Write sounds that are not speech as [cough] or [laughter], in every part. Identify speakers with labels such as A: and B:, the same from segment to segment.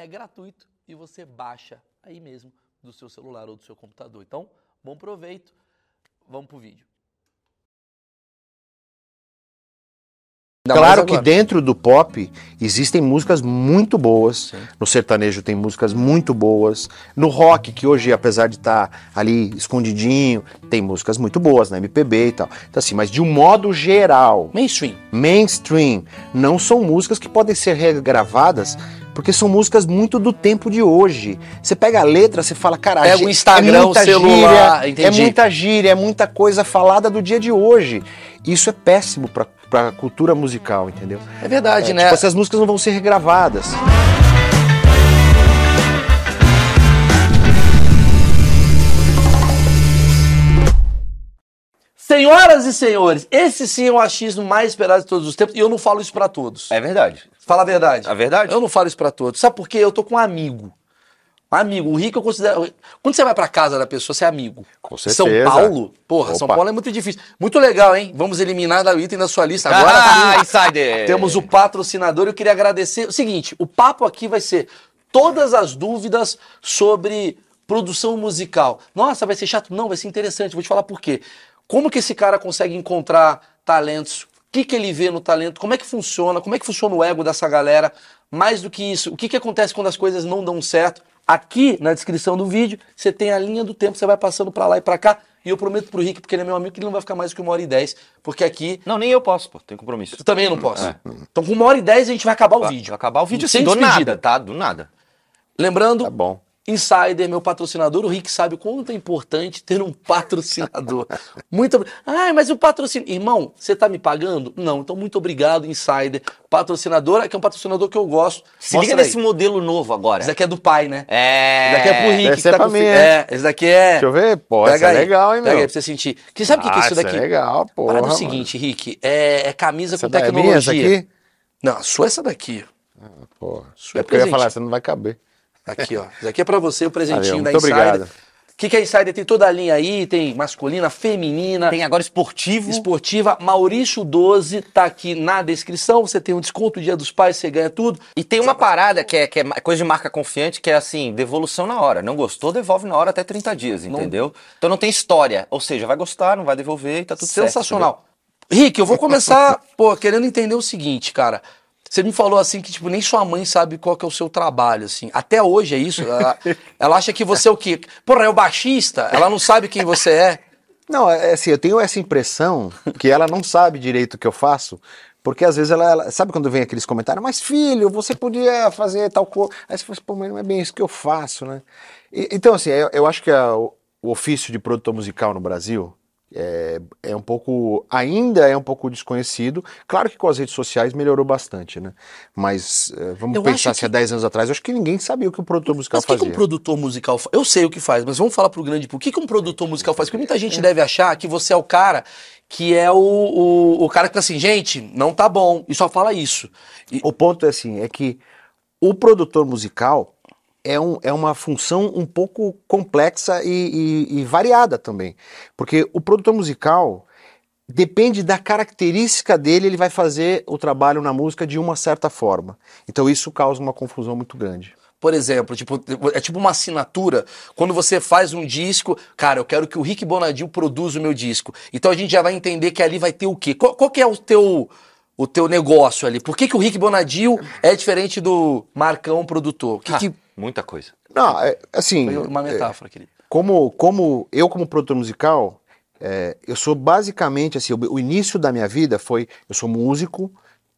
A: é gratuito e você baixa aí mesmo do seu celular ou do seu computador. Então, bom proveito. Vamos pro vídeo.
B: Claro que dentro do pop existem músicas muito boas. No sertanejo tem músicas muito boas. No rock, que hoje, apesar de estar tá ali escondidinho, tem músicas muito boas, na MPB e tal. Então, assim, mas de um modo geral.
A: Mainstream.
B: Mainstream. Não são músicas que podem ser regravadas porque são músicas muito do tempo de hoje. Você pega a letra, você fala, cara,
A: pega o Instagram, é muita o celular,
B: gíria, entendi. é muita gíria, é muita coisa falada do dia de hoje. Isso é péssimo para pra cultura musical, entendeu?
A: É verdade, é, né?
B: Tipo, essas músicas não vão ser regravadas.
A: Senhoras e senhores, esse sim é o achismo mais esperado de todos os tempos e eu não falo isso para todos.
C: É verdade.
A: Fala a verdade.
C: A verdade?
A: Eu não falo isso para todos. Sabe por quê? Eu tô com um amigo. Um amigo. O rico eu considero. Quando você vai para casa da pessoa, você é amigo.
B: Com certeza.
A: São Paulo? Porra, Opa. São Paulo é muito difícil. Muito legal, hein? Vamos eliminar o item da sua lista agora.
C: Ah, sim. insider!
A: Temos o patrocinador. Eu queria agradecer. O seguinte: o papo aqui vai ser todas as dúvidas sobre. Produção musical. Nossa, vai ser chato? Não, vai ser interessante. Vou te falar por quê como que esse cara consegue encontrar talentos, o que, que ele vê no talento, como é que funciona, como é que funciona o ego dessa galera, mais do que isso, o que, que acontece quando as coisas não dão certo. Aqui na descrição do vídeo você tem a linha do tempo, você vai passando para lá e para cá. E eu prometo pro Rick, porque ele é meu amigo, que ele não vai ficar mais do que uma hora e dez, porque aqui.
C: Não, nem eu posso, pô, tenho compromisso.
A: Eu também não posso. É. Então, com uma hora e dez a gente vai acabar o
C: vai,
A: vídeo.
C: Vai acabar o vídeo sem assim, do nada, tá? Do nada.
A: Lembrando,
B: tá bom.
A: Insider, meu patrocinador, o Rick sabe o quanto é importante ter um [laughs] patrocinador. muito Ah, mas o patrocínio. Irmão, você tá me pagando? Não, então muito obrigado, Insider. Patrocinador, que é um patrocinador que eu gosto.
C: Se Mostra liga nesse modelo novo agora.
A: Esse daqui é do pai, né?
C: É.
A: Esse daqui é pro Rick.
B: Esse é tá pra mim,
A: é. Esse daqui é.
B: Deixa eu ver, pô. Pega isso é legal, hein, meu?
A: Pega aí pra você sentir. Que sabe o que, que é isso daqui?
B: Isso é legal, pô.
A: Parada é o seguinte, Rick. É, é camisa essa com tecnologia.
B: É minha, essa aqui?
A: Não, só essa daqui.
B: Ah, pô. Sua é porque eu ia falar, você não vai caber.
A: Aqui, ó. Isso aqui é para você o presentinho Valeu, da
B: Insider. Obrigado.
A: O que, que é Insider? Tem toda a linha aí, tem masculina, feminina.
C: Tem agora esportivo.
A: Esportiva. Maurício 12 tá aqui na descrição. Você tem um desconto dia dos pais, você ganha tudo.
C: E tem uma parada que é, que é coisa de marca confiante, que é assim, devolução na hora. Não gostou, devolve na hora até 30 dias, entendeu? Não. Então não tem história. Ou seja, vai gostar, não vai devolver e tá tudo
A: Sensacional.
C: né?
A: Certo, Rick, eu vou começar, [laughs] pô, querendo entender o seguinte, cara. Você me falou assim que, tipo, nem sua mãe sabe qual que é o seu trabalho, assim. Até hoje é isso? Ela, ela acha que você é o quê? Porra, é o baixista? Ela não sabe quem você é?
B: Não, é assim, eu tenho essa impressão que ela não sabe direito o que eu faço, porque às vezes ela, ela sabe quando vem aqueles comentários, mas filho, você podia fazer tal coisa. Aí você fala, pô, mas não é bem isso que eu faço, né? E, então, assim, eu, eu acho que a, o ofício de produtor musical no Brasil, é, é, um pouco, ainda é um pouco desconhecido. Claro que com as redes sociais melhorou bastante, né? Mas é, vamos eu pensar se que... há 10 anos atrás, eu acho que ninguém sabia o que o produtor musical
A: mas que
B: fazia.
A: Mas o que um produtor musical faz? Eu sei o que faz, mas vamos falar pro grande público. O que, que um produtor musical faz? Porque muita gente deve achar que você é o cara que é o, o, o cara que tá assim, gente, não tá bom, e só fala isso. E...
B: O ponto é assim, é que o produtor musical é, um, é, uma função um pouco complexa e, e, e, variada também. Porque o produtor musical depende da característica dele, ele vai fazer o trabalho na música de uma certa forma. Então isso causa uma confusão muito grande.
A: Por exemplo, tipo, é tipo uma assinatura. Quando você faz um disco, cara, eu quero que o Rick Bonadil produza o meu disco. Então a gente já vai entender que ali vai ter o quê? Qual, qual que é o teu o teu negócio ali? Por que, que o Rick Bonadil é diferente do Marcão produtor? O que, ah. que
C: Muita coisa.
B: Não, é, assim.
A: Foi uma metáfora, é, querido.
B: como, como eu, como produtor musical, é, eu sou basicamente assim, o, o início da minha vida foi, eu sou músico,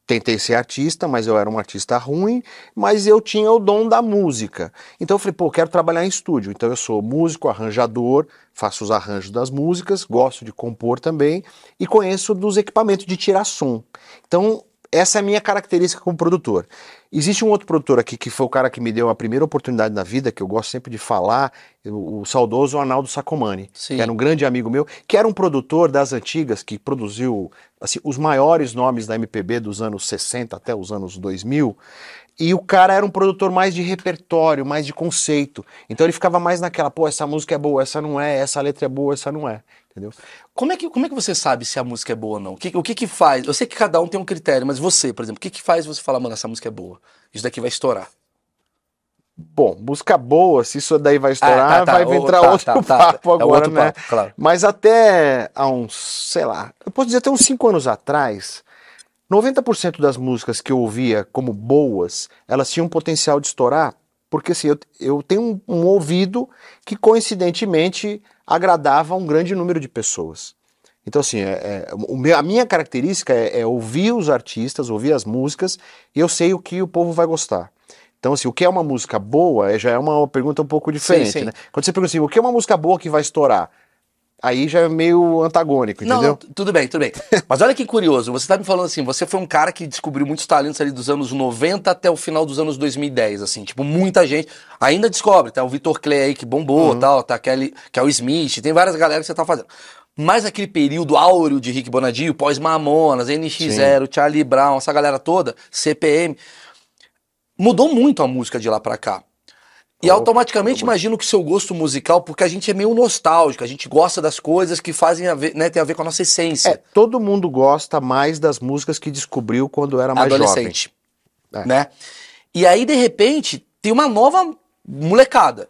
B: tentei ser artista, mas eu era um artista ruim, mas eu tinha o dom da música. Então eu falei, pô, eu quero trabalhar em estúdio. Então eu sou músico, arranjador, faço os arranjos das músicas, gosto de compor também e conheço dos equipamentos de tirar som. Então essa é a minha característica como produtor. Existe um outro produtor aqui que foi o cara que me deu a primeira oportunidade na vida, que eu gosto sempre de falar, o, o saudoso Arnaldo Sacomani,
C: Sim.
B: que era um grande amigo meu, que era um produtor das antigas, que produziu assim, os maiores nomes da MPB dos anos 60 até os anos 2000. E o cara era um produtor mais de repertório, mais de conceito. Então ele ficava mais naquela, pô, essa música é boa, essa não é, essa letra é boa, essa não é. Entendeu?
A: Como é, que, como é que você sabe se a música é boa ou não? O que, o que que faz? Eu sei que cada um tem um critério, mas você, por exemplo, o que que faz você falar, mano, essa música é boa? Isso daqui vai estourar.
B: Bom, música boa, se isso daí vai estourar,
A: Ah, tá, tá.
B: vai
A: Ô,
B: entrar
A: tá,
B: outro [laughs]
A: tá, tá.
B: papo
A: É
B: agora,
A: outro
B: né?
A: papo, claro.
B: Mas até há uns, sei lá, eu posso dizer até uns cinco anos atrás, 90% das músicas que eu ouvia como boas, elas tinham potencial de estourar, porque assim, eu, eu tenho um, um ouvido que coincidentemente agradava a um grande número de pessoas. Então assim, é- é, o meu- a minha característica é, é ouvir os artistas, ouvir as músicas, e eu sei o que o povo vai gostar. Então, assim, o que é uma música boa é- já é uma pergunta um pouco diferente,
A: sim.
B: né? Quando você pergunta assim, o que é uma música boa que vai estourar? Aí já é meio antagônico,
A: Não,
B: entendeu?
A: não, t- tudo bem, tudo
B: [laughs]
A: bem. Mas olha que curioso, você tá me falando assim, você foi um cara que descobriu muitos talentos ali dos anos 90 até o final dos anos 2010, assim, tipo, muita gente ainda descobre, tá? O Vitor Clay aí que
B: Uhum.
A: bombou, tal, tá Kelly, que é o Smith, tem várias galera que você tá fazendo. Mas aquele período áureo de Rick Bonadio, pós-Mamonas, NX0, Charlie Brown, essa galera toda, CPM, mudou muito a música de lá pra cá. E
B: Opa,
A: automaticamente imagino que o seu gosto musical, porque a gente é meio nostálgico, a gente gosta das coisas que fazem a ver, né, tem a ver com a nossa essência.
B: É, todo mundo gosta mais das músicas que descobriu quando era mais jovem.
A: adolescente.
B: É.
A: Né? E aí, de repente, tem uma nova molecada.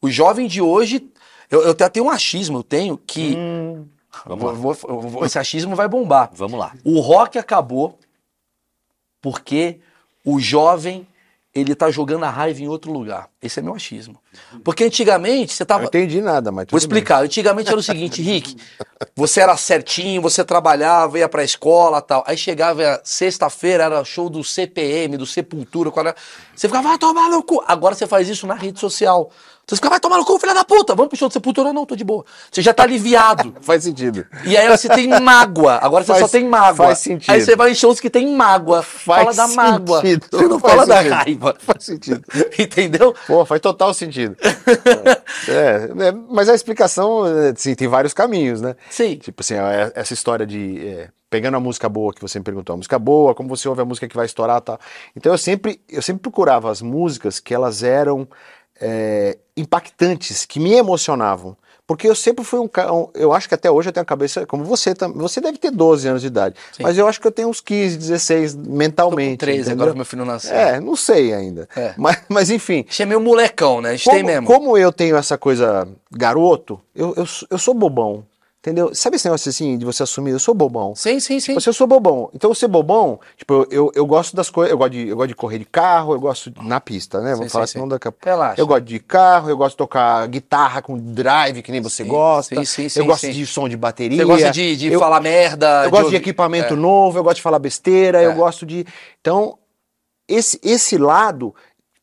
A: O jovem de hoje. Eu, eu até tenho um achismo, eu tenho que.
B: Hum.
C: vamos lá.
A: Vou- vou- eu vou- esse achismo vai bombar.
C: Vamos lá.
A: O rock acabou porque o jovem ele tá jogando a raiva em outro lugar. Esse é meu achismo. Porque antigamente você
B: Eu Não
A: tava.
B: entendi nada, mas
A: Vou
B: tudo bem.
A: explicar. Antigamente era o seguinte, Rick. Você era certinho, você trabalhava, ia pra escola tal. Aí chegava eh, sexta-feira, era show do CPM, do Sepultura. qual era- Você ficava, vai tomar no cu. Agora você faz isso na rede social. Você fica, vai tomar no cu, filha da puta. Vamos pro show do Sepultura? Não, tô de boa. Você já tá aliviado.
B: Faz [laughs] sentido.
A: E aí você tem mágoa. Agora você
B: Faz-
A: só tem mágoa.
B: faz sentido.
A: Aí você vai em shows que tem mágoa. fala da mágoa.
B: sentido.
A: Você não
B: Faz
A: fala
B: sentido.
A: da raiva. [laughs]
B: [laughs] Faz sentido.
A: Entendeu?
B: Pô, faz total
A: [laughs]
B: sentido. É, é, mas a explicação, é, assim, tem vários caminhos, né?
A: Sim.
B: Tipo assim, é- essa história de é, pegando a música boa que você me perguntou, a música boa, como você ouve a música que vai estourar, tal. Então eu sempre, eu sempre procurava as músicas que elas eram é, impactantes, que me emocionavam. Porque eu sempre fui um cara, eu acho que até hoje eu tenho a cabeça, como você também, você deve ter 12 anos de idade,
A: Sim.
B: mas eu acho que eu tenho uns 15, 16
A: Tô
B: mentalmente,
A: com 13
B: entendeu?
A: agora que meu filho nasceu.
B: É, não sei ainda.
A: É.
B: Mas, mas enfim,
A: Isso é meio molecão, né? A gente tem
B: como,
A: mesmo.
B: como eu tenho essa coisa garoto, eu, eu, sou- eu sou bobão. Entendeu? Sabe esse negócio assim de você assumir, eu sou bobão.
A: Sim, sim, sim.
B: Você eu sou bobão. Então ser bobão, tipo, eu, eu, eu gosto das coisas, eu gosto de, eu gosto de correr de carro, eu gosto de- na pista, né? Vamos
A: sim,
B: falar
A: sim.
B: senão daqui a pouco.
A: Relaxa.
B: Eu gosto de carro, eu gosto de tocar guitarra com drive, que nem você
A: Sim,
B: gosta.
A: sim, sim, sim,
B: eu gosto
A: sim.
B: de som de bateria.
A: Você gosta de, de
B: eu,
A: falar merda.
B: eu gosto de
A: ouvir-
B: equipamento
A: É.
B: novo, eu gosto de falar besteira,
A: É.
B: eu gosto de. Então, esse, esse lado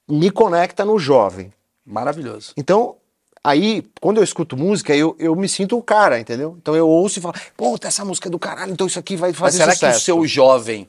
B: me conecta no jovem.
A: Maravilhoso.
B: Então, aí, quando eu escuto música, eu, eu me sinto o cara, entendeu? Então eu ouço e falo, puta, essa música é do caralho, então isso aqui vai
A: Mas
B: fazer
A: será que o
B: sucesso.
A: seu jovem,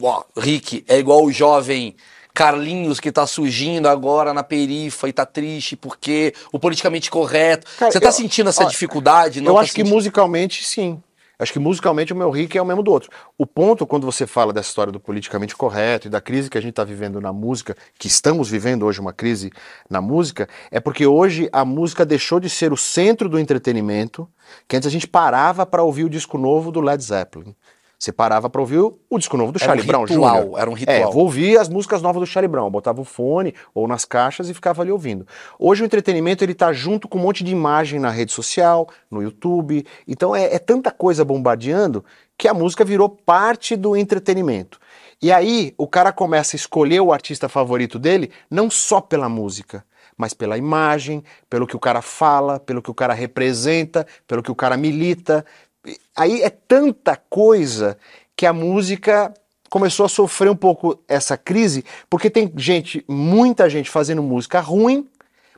A: ó, Rick, é igual o jovem Carlinhos que tá surgindo agora na perifa e tá triste porque o politicamente correto.
B: Cara,
A: Você tá
B: eu-
A: sentindo essa
B: ó,
A: dificuldade? Não
B: eu
A: tá
B: acho que
A: sentindo?
B: musicalmente, sim. Acho que musicalmente o meu rico é o mesmo do outro. O ponto, quando você fala dessa história do politicamente correto e da crise que a gente está vivendo na música, que estamos vivendo hoje uma crise na música, é porque hoje a música deixou de ser o centro do entretenimento, que antes a gente parava para ouvir o disco novo do Led Zeppelin. Você parava para ouvir o disco novo do
A: Era um
B: Charlie Brown
A: ritual,
B: Jr.
A: era um ritual.
B: É, vou ouvir as músicas novas do Charlie Brown. Botava o fone ou nas caixas e ficava ali ouvindo. Hoje o entretenimento ele tá junto com um monte de imagem na rede social, no YouTube. Então é, é tanta coisa bombardeando que a música virou parte do entretenimento. E aí o cara começa a escolher o artista favorito dele não só pela música, mas pela imagem, pelo que o cara fala, pelo que o cara representa, pelo que o cara milita. E Aí é tanta coisa que a música começou a sofrer um pouco essa crise, porque tem gente, muita gente fazendo música ruim,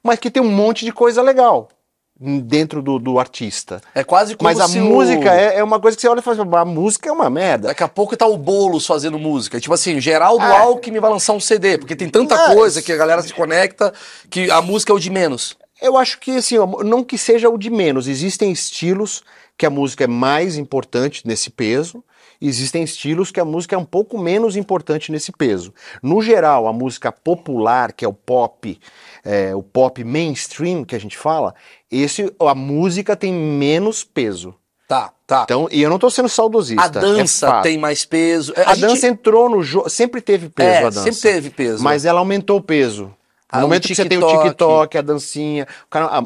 B: mas que tem um monte de coisa legal dentro do, do artista.
A: É quase como
B: Mas a
A: se o-
B: música é, é uma coisa que você olha e fala, a música é uma merda.
A: Daqui a pouco tá o Boulos fazendo música. Tipo assim, Geraldo
B: É.
A: Alckmin vai lançar um CD, porque tem tanta
B: É.
A: coisa que a galera se conecta que a música é o de menos.
B: Eu acho que, assim, não que seja o de menos, existem estilos que a música é mais importante nesse peso, existem estilos que a música é um pouco menos importante nesse peso. No geral, a música popular, que é o pop, é, o pop mainstream que a gente fala, esse, a música tem menos peso.
A: Tá, tá.
B: Então, e eu não estou sendo saudosista.
A: a
B: é
A: dança
B: fato.
A: tem mais peso.
B: A, dança entrou no jogo, sempre teve peso
A: é,
B: a dança.
A: sempre teve peso.
B: Mas ela aumentou o peso.
A: Ah,
B: No
A: o
B: momento que você tem o
A: TikTok.
B: TikTok, a dancinha. o cara- a-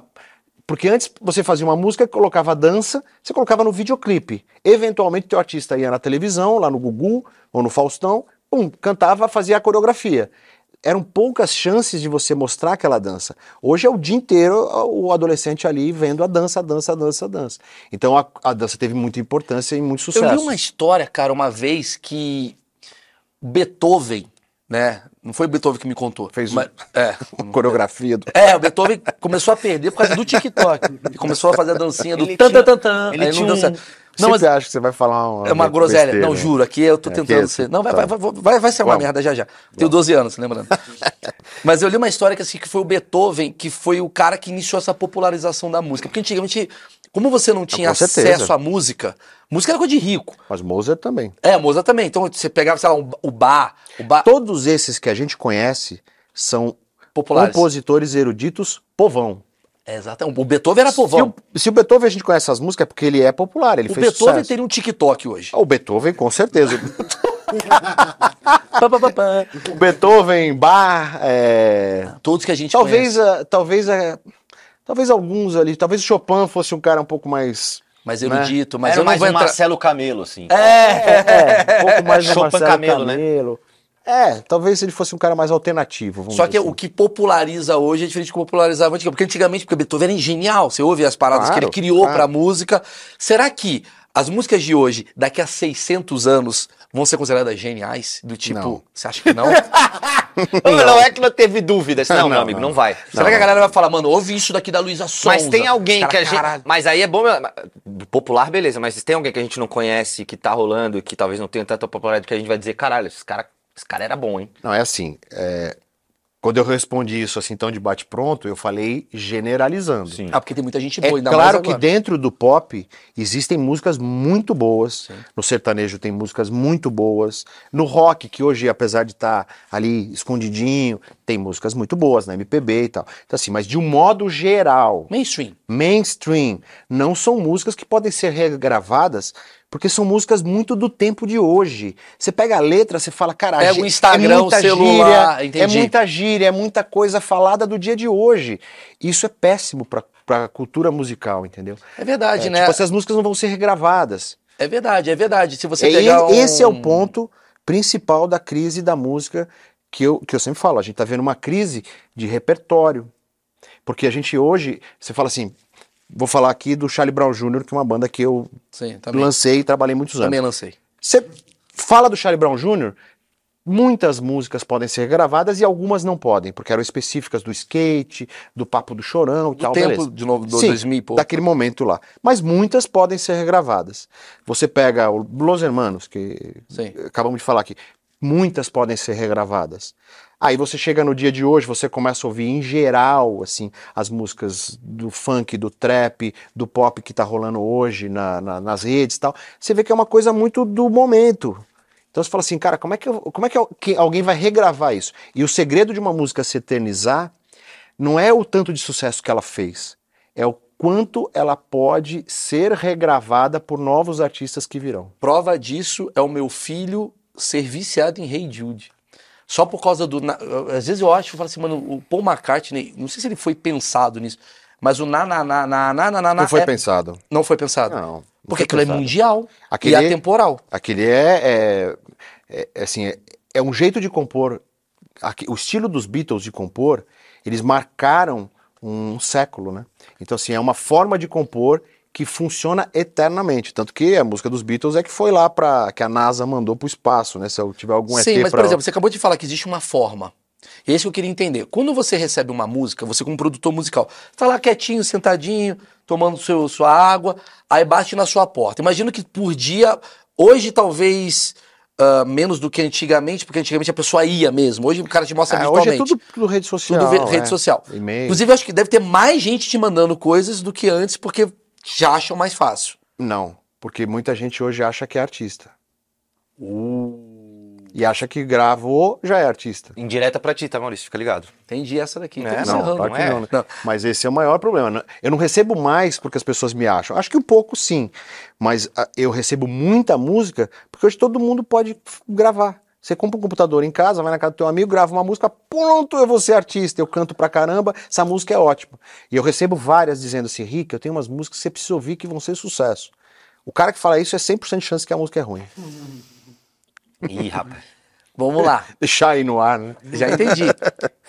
B: porque antes você fazia uma música, colocava a dança, você colocava no videoclipe. Eventualmente, teu artista ia na televisão, lá no Gugu ou no Faustão, pum, cantava, fazia a coreografia. Eram poucas chances de você mostrar aquela dança. Hoje é o dia inteiro o adolescente ali vendo a dança, a dança, a dança, a dança. Então a, a dança teve muita importância e muito é um sucesso.
A: Eu li
B: [laughs]
A: uma história, cara, uma vez que Beethoven, né? Não foi Beethoven que me contou.
B: Fez um-
A: mas, é,
B: coreografia do.
A: É, o Beethoven começou a perder por causa do TikTok. Ele começou a fazer a dancinha do
D: Ele
A: tan,
D: tinha-
A: tan, tan, tan.
D: ele
A: aí não
D: tinha
A: deu
D: um-
A: certo. Não,
B: Não,
A: mas
B: Sempre acho que você vai falar uma.
A: é uma groselha.
B: besteira,
A: não,
B: né?
A: juro, aqui eu tô
B: É,
A: tentando
B: aqui,
A: ser. Não, vai,
B: tá.
A: vai, vai, vai, vai ser uma
B: Bom.
A: merda já já. Tenho 12 anos,
B: [laughs]
A: lembrando. mas eu li uma história que, assim, que foi o Beethoven, que foi o cara que iniciou essa popularização da música. Porque antigamente, como você não tinha
B: Ah, com certeza.
A: acesso à música, música era coisa de rico.
B: Mas Mozart também.
A: É, Mozart também. Então você pegava, sei lá, um- o bar, o bar
B: Todos esses que a gente conhece são
A: popular.
B: compositores eruditos povão.
A: É, exatamente. O Beethoven era povão.
B: Se o, se o Beethoven a gente conhece as músicas é porque ele é popular, ele
A: O
B: fez
A: Beethoven
B: sucesso. Ah,
A: teria um TikTok
B: [laughs]
A: hoje.
B: O Beethoven, com certeza.
A: Pá, pá, pá, pá.
B: o Beethoven, Bach, é,
A: Todos que a gente
B: talvez,
A: conhece.
B: a, talvez, a, talvez alguns ali, talvez o Chopin fosse um cara um pouco mais,
A: Mais erudito, mas
C: Mas Era
A: eu não
C: mais
A: vou
C: um
A: entrar.
C: Marcelo Camelo, assim.
B: é, um
A: [laughs]
B: pouco mais no
C: Chopin
B: Marcelo
C: Camelo, né?
B: Camelo. É, talvez ele fosse um cara mais alternativo. vamos
A: Só que
B: dizer
A: o
B: assim.
A: que populariza hoje é diferente do que popularizava antigamente. Porque antigamente, porque Beethoven era genial. Você ouve as paradas
B: Claro,
A: que ele criou
B: claro.
A: pra música. Será que as músicas de hoje, daqui a 600 anos, vão ser consideradas geniais? Do tipo,
B: Não.
A: você acha que
B: [laughs]
A: não?
C: Não, não é que não teve dúvidas. [laughs] Não,
B: Não,
C: meu amigo,
B: não.
C: não vai.
A: Será que a galera vai falar, mano, ouve isso daqui da Luísa Sonza?
C: Mas tem alguém
A: Cara,
C: que a gente.
A: caralho.
C: Mas aí é bom. Popular, beleza, mas tem alguém que a gente não conhece, que tá rolando e que talvez não tenha tanta popularidade que a gente vai dizer, caralho, esse cara, esse cara era bom, hein?
B: Não, é assim. é, Quando eu respondi isso assim tão de bate-pronto, eu falei generalizando.
C: Sim.
A: Ah, porque tem muita gente
B: É
A: boa, ainda
B: claro
A: mais
B: que
A: agora.
B: dentro do pop existem músicas muito boas. No sertanejo tem músicas muito boas. No rock, que hoje, apesar de estar ali escondidinho, tem músicas muito boas, na MPB e tal. Então, assim, mas de um modo geral,
A: Mainstream.
B: mainstream, não são músicas que podem ser regravadas, porque são músicas muito do tempo de hoje. Você pega a letra, você fala, cara,
A: Pega
B: gi- é
A: o Instagram, o celular,
B: gíria,
A: entendi.
B: é muita gíria, é muita coisa falada do dia de hoje. Isso é péssimo pra para cultura musical, entendeu?
A: É verdade,
B: É,
A: né?
B: Tipo, essas músicas não vão ser regravadas.
A: É verdade, é verdade. Se você
B: É, e-
A: pegar um...
B: Esse é o ponto principal da crise da música que eu, que eu sempre falo. A gente está vendo uma crise de repertório. Porque a gente hoje, você fala assim, vou falar aqui do Charlie Brown Jr., que é uma banda que eu
A: Sim, também,
B: lancei e trabalhei muitos anos.
A: também lancei.
B: Você fala do Charlie Brown Jr., muitas músicas podem ser gravadas e algumas não podem, porque eram específicas do skate, do papo do chorão e
A: Do
B: tal.
A: tempo,
B: Então, beleza.
A: de novo, do
B: Sim,
A: 2000 e pouco.
B: daquele momento lá. Mas muitas podem ser regravadas. Você pega o Los Hermanos, que
A: Sim.
B: acabamos de falar aqui, muitas podem ser regravadas. Aí você chega no dia de hoje, você começa a ouvir em geral, assim, as músicas do funk, do trap, do pop que tá rolando hoje na- na- nas redes e tal. Você vê que é uma coisa muito do momento. Então você fala assim, cara, como é que, eu- como é que al- que alguém vai regravar isso? E o segredo de uma música se eternizar não é o tanto de sucesso que ela fez, é o quanto ela pode ser regravada por novos artistas que virão.
A: Prova disso é o meu filho ser viciado em Rei Jude. Só por causa do. na- Às vezes eu acho, eu falo assim, mano, o Paul McCartney, não sei se ele foi pensado nisso, mas o na na na na na na, na
B: Não foi
A: é-
B: pensado.
A: não foi pensado.
B: Não. não
A: Porque
B: foi
A: aquilo é
B: pensado.
A: mundial
B: Aquele-
A: e atemporal.
B: Aquele é, é- é- assim, é, é um jeito de compor. Aqui- o estilo dos Beatles de compor eles marcaram um século, né? Então, assim, é uma forma de compor que funciona eternamente. Tanto que a música dos Beatles é que foi lá para que a NASA mandou para o espaço, né? Se eu tiver algum
A: Sim,
B: ET
A: mas
B: pra-
A: por exemplo, você acabou de falar que existe uma forma. E é isso que eu queria entender. Quando você recebe uma música, você como produtor musical, tá lá quietinho, sentadinho, tomando seu, sua água, aí bate na sua porta. Imagino que por dia, hoje talvez ah, menos do que antigamente, porque antigamente a pessoa ia mesmo. Hoje o cara te mostra
B: É, hoje é
A: virtualmente.
B: tudo, tudo rede social.
A: Tudo vê-
B: é.
A: rede social.
B: E-mail.
A: Inclusive, eu acho que deve ter mais gente te mandando coisas do que antes, porque já acham mais fácil.
B: Não, porque muita gente hoje acha que é artista. E acha que gravou, já é artista.
C: Indireta pra ti, tá, Maurício? Fica ligado.
A: Entendi essa daqui.
C: Não
A: Tô
C: é,
B: não,
A: encerrando.
B: claro que
C: não é?
B: não, né? Mas esse é o maior problema. Eu não recebo mais porque as pessoas me acham. Acho que um pouco sim, mas ah, eu recebo muita música porque hoje todo mundo pode f- gravar. Você compra um computador em casa, vai na casa do teu amigo, grava uma música, pronto, eu vou ser artista, eu canto pra caramba, essa música é ótima. E eu recebo várias dizendo assim, Rick, eu tenho umas músicas que você precisa ouvir que vão ser sucesso. O cara que fala isso é 100% de chance que a música é ruim.
C: [laughs] Ih, rapaz.
A: Vamos lá.
B: Deixar aí no ar, né?
A: Já entendi.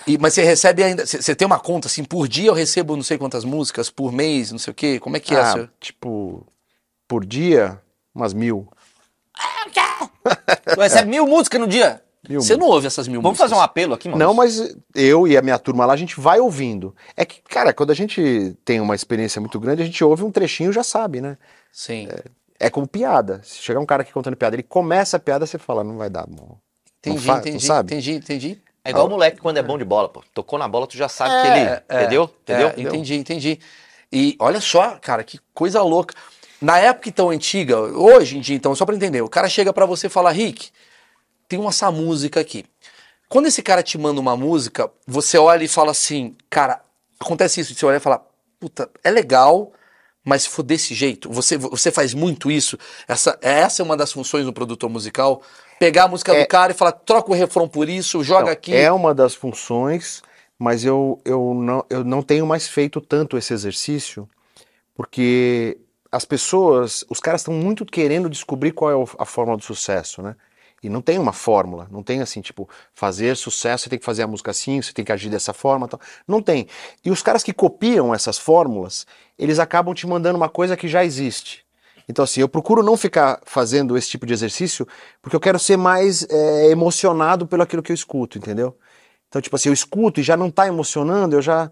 A: E- mas você recebe ainda. Você você tem uma conta assim, por dia eu recebo não sei quantas músicas, por mês, não sei o quê. Como é que é?
B: Ah,
A: seu-
B: tipo, por dia, umas mil.
C: Tu recebe mil músicas no dia?
B: mil
A: Você não ouve essas mil
C: Vamos
A: músicas.
C: fazer um apelo aqui, mano?
B: Não, mas eu e a minha turma lá, a gente vai ouvindo. É que, cara, quando a gente tem uma experiência muito grande, a gente ouve um trechinho e já sabe, né?
A: Sim.
B: É como piada. Se chegar um cara aqui contando piada, ele começa a piada, você fala, não vai dar, mano.
A: Entendi,
B: fa- não
A: entendi,
B: sabe?
A: entendi, entendi.
C: É
B: Ah.
C: igual o moleque quando é bom de bola, pô. Tocou na bola, tu já sabe que ele.
A: É,
C: entendeu?
A: é,
C: Entendeu?
A: entendi, entendi. E olha só, cara, que coisa louca. Na época então antiga, hoje em dia então, só pra entender, o cara chega pra você e fala, Rick, tem uma essa música aqui. Quando esse cara te manda uma música, você olha e fala assim, cara, acontece isso, você olha e fala, puta, é legal, mas se for desse jeito, você, você faz muito isso. Essa, essa é uma das funções do produtor musical, pegar a música do cara e falar, troca o refrão por isso, joga
B: Então,
A: aqui.
B: É uma das funções, mas eu, eu, não, eu não tenho mais feito tanto esse exercício, porque as pessoas, os caras estão muito querendo descobrir qual é o- a fórmula do sucesso, né? E não tem uma fórmula, não tem assim, tipo, fazer sucesso, você tem que fazer a música assim, você tem que agir dessa forma, tal. não tem. E os caras que copiam essas fórmulas, eles acabam te mandando uma coisa que já existe. Então, assim, eu procuro não ficar fazendo esse tipo de exercício, porque eu quero ser mais é, emocionado pelo aquilo que eu escuto, entendeu? Então, tipo assim, eu escuto e já não tá emocionando, eu já.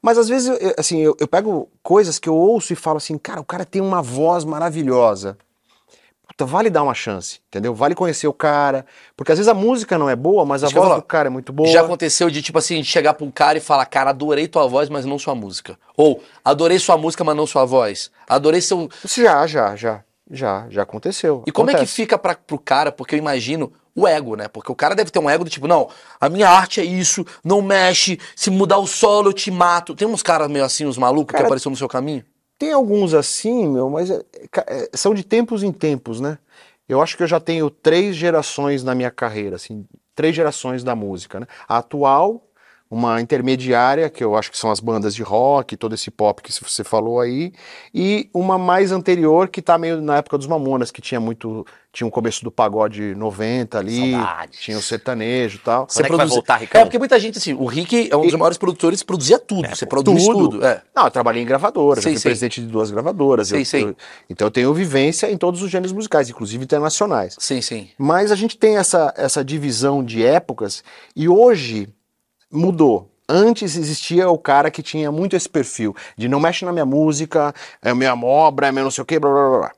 B: Mas às vezes, eu- eu, assim, eu, eu pego coisas que eu ouço e falo assim, cara, o cara tem uma voz maravilhosa. Puta, vale dar uma chance, entendeu? Vale conhecer o cara. Porque às vezes a música não é boa, mas a
A: Isso que eu ia
B: voz
A: falar.
B: do cara é muito boa.
A: Já aconteceu de, tipo assim, de chegar pra um cara e falar, cara, adorei tua voz, mas não sua música. Ou, adorei sua música, mas não sua voz. Adorei seu...
B: Já, já, já. Já, já aconteceu.
A: E como é que
B: acontece.
A: fica pra, pro cara, porque eu imagino, o ego, né? Porque o cara deve ter um ego do tipo, não, a minha arte é isso, não mexe, se mudar o solo eu te mato. Tem uns caras meio assim, uns malucos que
B: Cara-
A: apareceram no seu caminho?
B: Tem alguns assim, meu, mas é- é ca- é- são de tempos em tempos, né? Eu acho que eu já tenho três gerações na minha carreira, assim, três gerações da música, né? A atual, uma intermediária, que eu acho que são as bandas de rock, todo esse pop que você falou aí, e uma mais anterior, que tá meio na época dos Mamonas, que tinha muito, tinha o começo do pagode 90 ali,
C: Saudades.
B: tinha o sertanejo e tal.
C: Quando é que vai voltar, Ricão?
A: É, porque muita gente, assim, o Rick é um dos
B: E-
A: maiores produtores, produzia tudo. você produz tudo.
B: tudo.
A: É.
B: Não, eu trabalhei em gravadora,
A: Sei,
B: já fui
A: sei.
B: presidente de duas gravadoras.
A: Sei,
B: eu-
A: sei.
B: eu- então eu tenho vivência em todos os gêneros musicais, inclusive internacionais.
A: Sim, sim.
B: Mas a gente tem essa, essa divisão de épocas e hoje mudou. Antes existia o cara que tinha muito esse perfil de não mexe na minha música, é minha obra, é meu não sei o quê, blá blá blá. blá.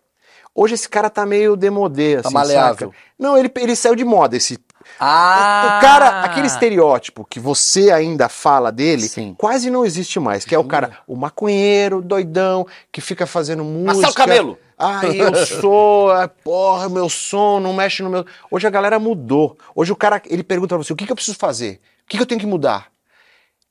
B: Hoje esse cara tá meio demodê, assim,
A: maleável.
B: saca? Não, ele, ele saiu de moda, esse
A: Ah!
B: o cara, aquele estereótipo que você ainda fala dele,
A: Sim.
B: quase não existe mais. Que é o cara, o maconheiro, doidão, que fica fazendo música.
C: Marcelo [laughs] Camelo!
B: Ah, eu sou, é, porra, meu som, não mexe no meu. Hoje a galera mudou. Hoje o cara, ele pergunta pra você: o que, que eu preciso fazer? O que, que eu tenho que mudar?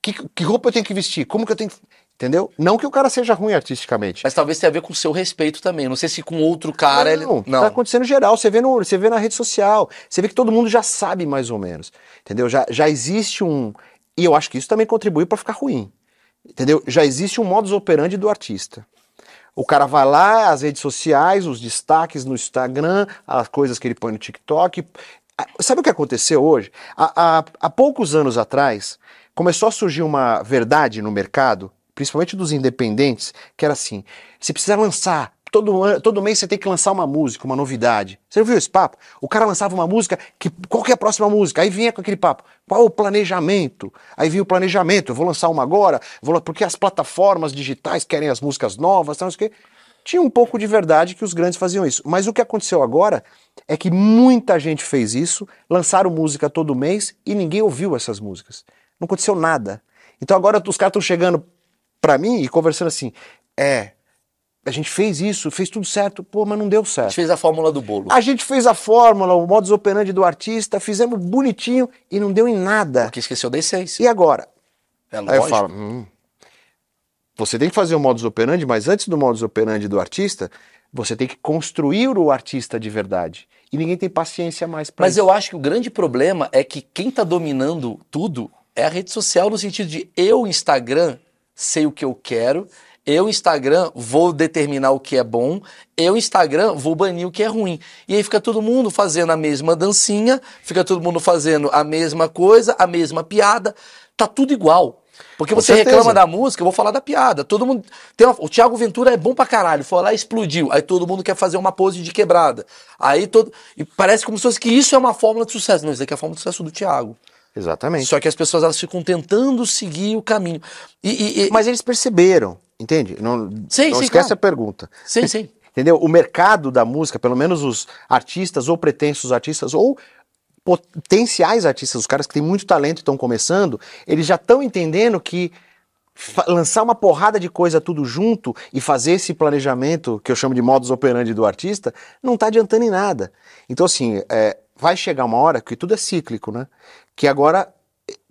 B: Que, que roupa eu tenho que vestir? Como que eu tenho que. Entendeu? Não que o cara seja ruim artisticamente.
A: Mas talvez tenha a ver com o seu respeito também. Não sei se com outro cara ele.
B: Não, tá acontecendo geral. Você vê, no, você vê na rede social, você vê que todo mundo já sabe mais ou menos. Entendeu? Já, já existe um. E eu acho que isso também contribui para ficar ruim. Entendeu? Já existe um modus operandi do artista. O cara vai lá, as redes sociais, os destaques no Instagram, as coisas que ele põe no TikTok. Ah, Sabe o que aconteceu hoje? Há, há- há poucos anos atrás, começou a surgir uma verdade no mercado, principalmente dos independentes, que era assim: você precisa lançar. Todo, ano- todo mês você tem que lançar uma música, uma novidade. Você viu esse papo? O cara lançava uma música, que, qual que é a próxima música? Aí vinha com aquele papo, qual o planejamento? Aí vinha o planejamento, eu vou lançar uma agora, vou, lan- porque as plataformas digitais querem as músicas novas, tal, não sei o quê. Tinha um pouco de verdade que os grandes faziam isso. Mas o que aconteceu agora é que muita gente fez isso, lançaram música todo mês e ninguém ouviu essas músicas. Não aconteceu nada. Então agora os caras estão chegando pra mim e conversando assim: é, a gente fez isso, fez tudo certo, pô, mas não deu
A: A gente
B: certo.
A: fez a fórmula do bolo.
B: A gente fez a fórmula, o modus operandi do artista, fizemos bonitinho e não deu em nada.
A: Porque esqueceu da essência.
B: E agora?
A: É
B: Aí eu
A: lógico.
B: falo, "Hum, você tem que fazer o modus operandi, mas antes do modus operandi do artista, você tem que construir o artista de verdade. E ninguém tem paciência mais para
A: Mas
B: isso.
A: eu acho que o grande problema é que quem tá dominando tudo é a rede social no sentido de eu, Instagram, sei o que eu quero, eu, Instagram, vou determinar o que é bom, eu, Instagram, vou banir o que é ruim. E aí fica todo mundo fazendo a mesma dancinha, fica todo mundo fazendo a mesma coisa, a mesma piada, tá tudo igual. Porque
B: Com
A: você
B: certeza.
A: reclama da música, eu vou falar da piada. Todo mundo. Tem uma- O Thiago Ventura é bom pra caralho. Foi lá e explodiu. Aí todo mundo quer fazer uma pose de quebrada. Aí todo. E parece como se fosse que isso é uma fórmula de sucesso. Não, isso daqui é a fórmula de sucesso do Thiago.
B: Exatamente.
A: Só que as pessoas elas ficam tentando seguir o caminho. E. e, e...
B: Mas eles perceberam, entende? Não,
A: Sim,
B: não
A: sim,
B: esquece
A: claro.
B: a pergunta.
A: Sim, sim.
B: Entendeu? O mercado da música, pelo menos os artistas ou pretensos artistas ou potenciais artistas, os caras que têm muito talento e estão começando, eles já estão entendendo que fa- lançar uma porrada de coisa tudo junto e fazer esse planejamento que eu chamo de modus operandi do artista não está adiantando em nada. Então assim, é, vai chegar uma hora que tudo é cíclico, né? Que agora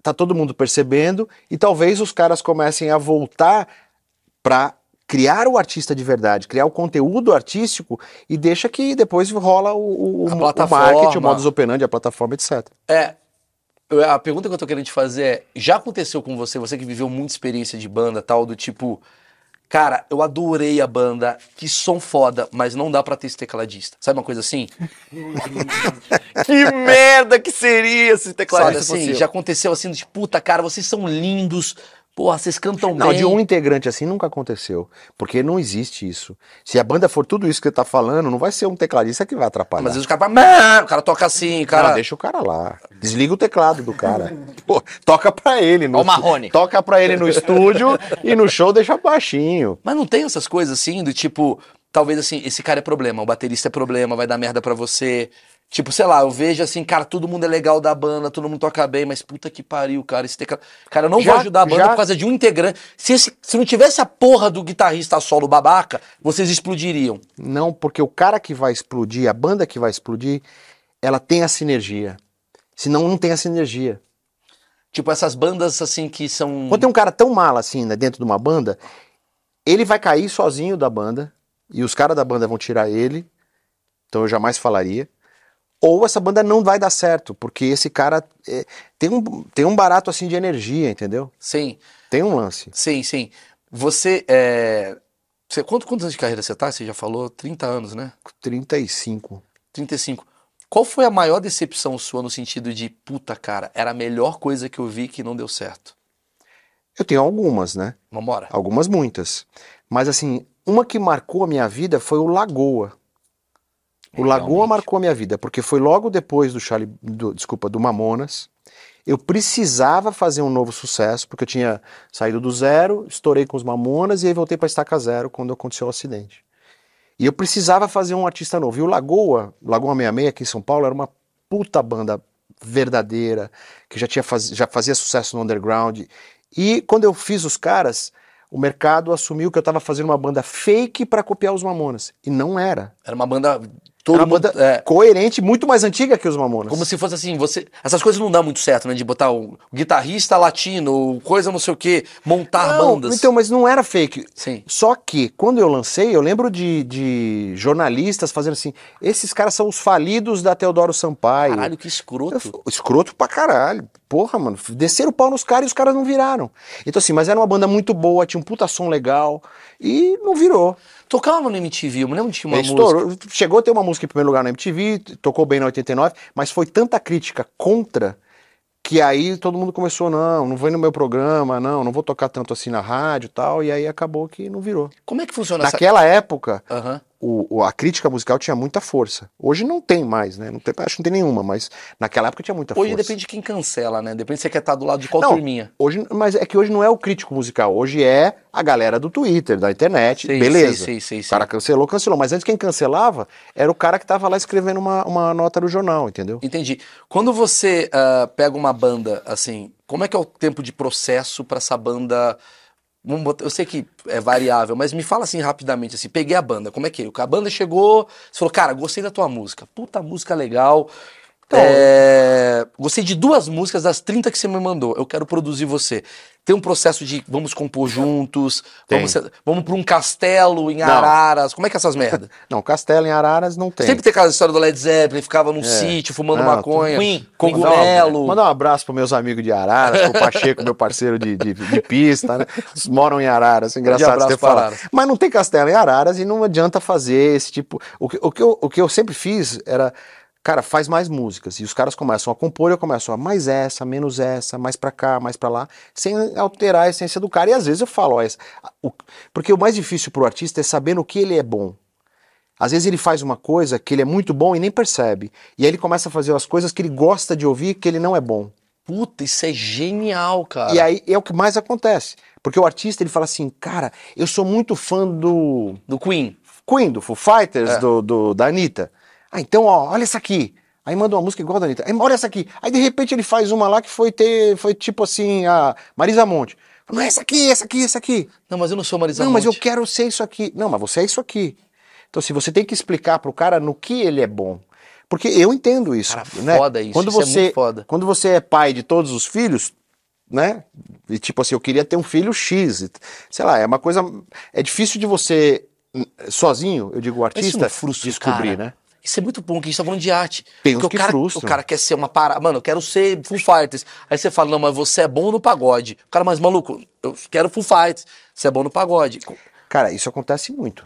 B: tá todo mundo percebendo e talvez os caras comecem a voltar para criar o artista de verdade, criar o conteúdo artístico e deixa que depois rola o, o,
A: A
B: o
A: plataforma.
B: marketing, o modus operandi, a plataforma, etc.
A: É. eu- A pergunta que eu tô querendo te fazer é: já aconteceu com você, você que viveu muita experiência de banda, tal, do tipo, cara, eu adorei a banda, que som foda, mas não dá pra ter esse tecladista. Sabe uma coisa assim?
C: Que merda que seria se tá-
A: Sabe
C: tecladista
A: assim?
C: fosse
A: Já
C: eu.
A: aconteceu assim, de puta, cara, vocês são lindos, porra, vocês cantam
B: Não,
A: bem.
B: de um integrante assim nunca aconteceu, porque não existe isso. Se a banda for tudo isso que você tá falando, não vai ser um tecladista que vai
A: Ah,
B: atrapalhar.
A: Mas às vezes o cara fala, "Mano", o cara toca assim, o cara.
B: Não, deixa o cara lá. Desliga o teclado do
A: [laughs]
B: cara. Pô, toca pra ele. No
C: Ó o Marrone.
B: Toca pra ele no estúdio e no show deixa baixinho.
A: Mas não tem essas coisas assim, do tipo, talvez assim, esse cara é problema, o baterista é problema, vai dar merda pra você. Tipo, sei lá, eu vejo assim, cara, todo mundo é legal da banda, todo mundo toca bem, mas puta que pariu, cara, esse teclado. Cara, eu não
B: Já-
A: vou ajudar a banda
B: já-
A: por causa de um integrante. Se, esse- se não tivesse a porra do guitarrista solo babaca, vocês explodiriam.
B: Não, porque o cara que vai explodir, a banda que vai explodir, ela tem a sinergia. Senão não tem a sinergia.
A: Tipo, essas bandas assim que são.
B: Quando tem um cara tão mala assim, né, dentro de uma banda, ele vai cair sozinho da banda e os caras da banda vão tirar ele. Então eu jamais falaria. Ou essa banda não vai dar certo, porque esse cara é, tem, um, tem um barato assim de energia, entendeu?
A: Sim,
B: Tem um lance.
A: sim, sim. Você é. Você, quanto, quantos anos de carreira você tá? Você já falou 30 anos, né?
B: 35.
A: 35. Qual foi a maior decepção sua no sentido de, puta, cara, era a melhor coisa que eu vi que não deu certo?
B: Eu tenho algumas, né?
A: Vambora.
B: Algumas muitas. Mas assim, uma que marcou a minha vida foi o Lagoa. O Lagoa
C: Realmente.
B: marcou a minha vida, porque foi logo depois do Charlie, do- desculpa, do Mamonas. Eu precisava fazer um novo sucesso, porque eu tinha saído do zero, estourei com os Mamonas e aí voltei para estaca zero quando aconteceu o acidente. E eu precisava fazer um artista novo. E o Lagoa, Lagoa 66 aqui em São Paulo, era uma puta banda verdadeira, que já, tinha faz- já fazia sucesso no underground. E quando eu fiz os caras, o mercado assumiu que eu estava fazendo uma banda fake para copiar os Mamonas. E não era
A: Era uma banda. Todo
B: uma
A: mundo-
B: banda
A: é,
B: coerente, muito mais antiga que os Mamonas.
A: como se fosse assim, você. Essas coisas não dá muito certo, né? De botar o guitarrista latino, coisa não sei o quê, montar
B: não,
A: bandas.
B: Então, mas não era fake.
A: Sim.
B: Só que, quando eu lancei, eu lembro de, de jornalistas fazendo assim, esses caras são os falidos da Teodoro Sampaio.
A: Caralho, que
B: Eu
A: escroto.
B: f- Escroto pra caralho. Porra, mano. f- Desceram o pau nos caras e os caras não viraram. Então, assim, mas era uma banda muito boa, tinha um puta som legal e não virou.
A: Tocava no MTV, eu me lembro de uma música.
B: Estourou. Chegou a ter uma música em primeiro lugar na MTV, t- tocou bem na 89, mas foi tanta crítica contra Que aí todo mundo começou, não, não vem no meu programa, não, não vou tocar tanto assim na rádio e tal, e aí acabou que não virou.
A: Como é que funciona essa...
B: Naquela época,
A: Aham.
B: o- o- a crítica musical tinha muita força. Hoje não tem mais, né? Não tem- acho que não tem nenhuma, mas naquela época tinha muita
A: Hoje
B: força.
A: depende de quem cancela, né? Depende se você quer estar do lado de qual
B: Não.
A: turminha.
B: Hoje, mas é que hoje não é o crítico musical, hoje é a galera do Twitter, da internet,
A: Sei,
B: beleza.
A: sei, sei, sei,
B: O cara cancelou, cancelou. Mas antes quem cancelava era o cara que tava lá escrevendo uma, uma nota no jornal, entendeu?
A: Entendi. Quando você ah, pega uma banda, assim, como é que é o tempo de processo pra essa banda? Vamos botar- Eu sei que é variável, mas me fala assim rapidamente, assim, peguei a banda, como é que é? A banda chegou, você falou, cara, gostei da tua música. Puta música legal.
B: Então,
A: É, Gostei de duas músicas das 30 que você me mandou. Eu quero produzir você. Tem um processo de vamos compor juntos,
B: Tem.
A: vamos, ser- vamos pra um castelo em
B: Não.
A: Araras. Como é que é essas merdas?
B: Não, Castelo em Araras não tem. É.
A: Sempre tem aquela história do Led Zeppelin, ficava num sítio fumando
B: Ah,
A: maconha,
D: tudo. Queen,
A: cogumelo.
B: Mandar um abraço pros meus amigos de Araras, pro Pacheco, meu parceiro de, de- de pista, né? Eles moram em Araras, engraçado
A: abraço
B: você
A: pra
B: falar.
A: Araras.
B: Mas não tem castelo em Araras e não adianta fazer esse tipo. O que, o que eu, o que eu sempre fiz era. Cara, faz mais músicas. E os caras começam a compor e eu começo a mais essa, menos essa, mais pra cá, mais pra lá, sem alterar a essência do cara. E às vezes eu falo, ó, essa- o- porque o mais difícil pro artista é saber no que ele é bom. Às vezes ele faz uma coisa que ele é muito bom e nem percebe. E aí ele começa a fazer as coisas que ele gosta de ouvir que ele não é bom.
A: Puta, isso é genial, cara.
B: E aí é o que mais acontece. Porque o artista ele fala assim, cara, eu sou muito fã do
A: Do Queen.
B: Queen, do Foo Fighters,
A: É.
B: do, do- da Anitta. Ah, então, ó, olha essa aqui. Aí manda uma música igual a da Anitta. Aí, olha essa aqui. Aí de repente ele faz uma lá que foi ter, foi tipo assim, a Marisa Monte. Não, é essa aqui, essa aqui, essa aqui.
A: Não, mas eu não sou Marisa
B: Não, mas eu
A: um Monte.
B: quero ser isso aqui. Não, mas você é isso aqui. Então, se você tem que explicar pro cara no que ele é bom. Porque eu entendo isso.
A: Cara,
B: né?
A: foda isso,
B: Quando
A: isso é
B: você,
A: muito foda.
B: Quando você é pai de todos os filhos, né? E tipo assim, eu queria ter um filho X. e t- Sei lá, é uma coisa. É difícil de você, hum, sozinho, eu digo o
A: Mas isso
B: artista,
A: não frustra o
B: descobrir,
A: cara?
B: né?
A: Isso é muito bom, que a gente tá falando de arte.
B: Tem uns
A: Porque
B: que
A: o cara,
B: frustram.
A: O cara quer ser uma parada. Mano, eu quero ser Full Fighters. Aí você fala, não, mas você é bom no pagode. O cara, mas maluco, eu quero Full Fighters. Você é bom no pagode.
B: Cara, isso acontece muito.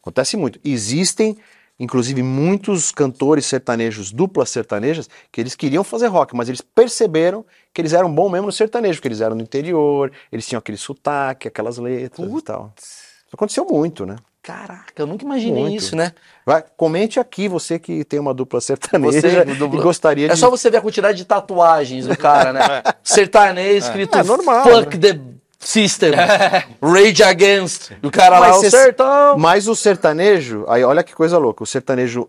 B: Acontece muito. Existem, inclusive, muitos cantores sertanejos, duplas sertanejas, que eles queriam fazer rock, mas eles perceberam que eles eram bom mesmo no sertanejo, porque eles eram do interior, eles tinham aquele sotaque, aquelas letras e tal. Isso aconteceu muito, né?
A: Caraca, eu nunca imaginei
B: Muito.
A: isso, né?
B: Vai, comente aqui você que tem uma dupla sertaneja
A: Você,
B: [laughs] e
A: dupla-
B: gostaria
A: É
B: de...
A: só você ver a quantidade de tatuagens do cara, [laughs] né? Sertanejo escrito
B: É normal,
A: Fuck the System, Rage Against, e o cara lá, o
B: cê-
A: sertão.
B: Mas o sertanejo, aí olha que coisa louca, o sertanejo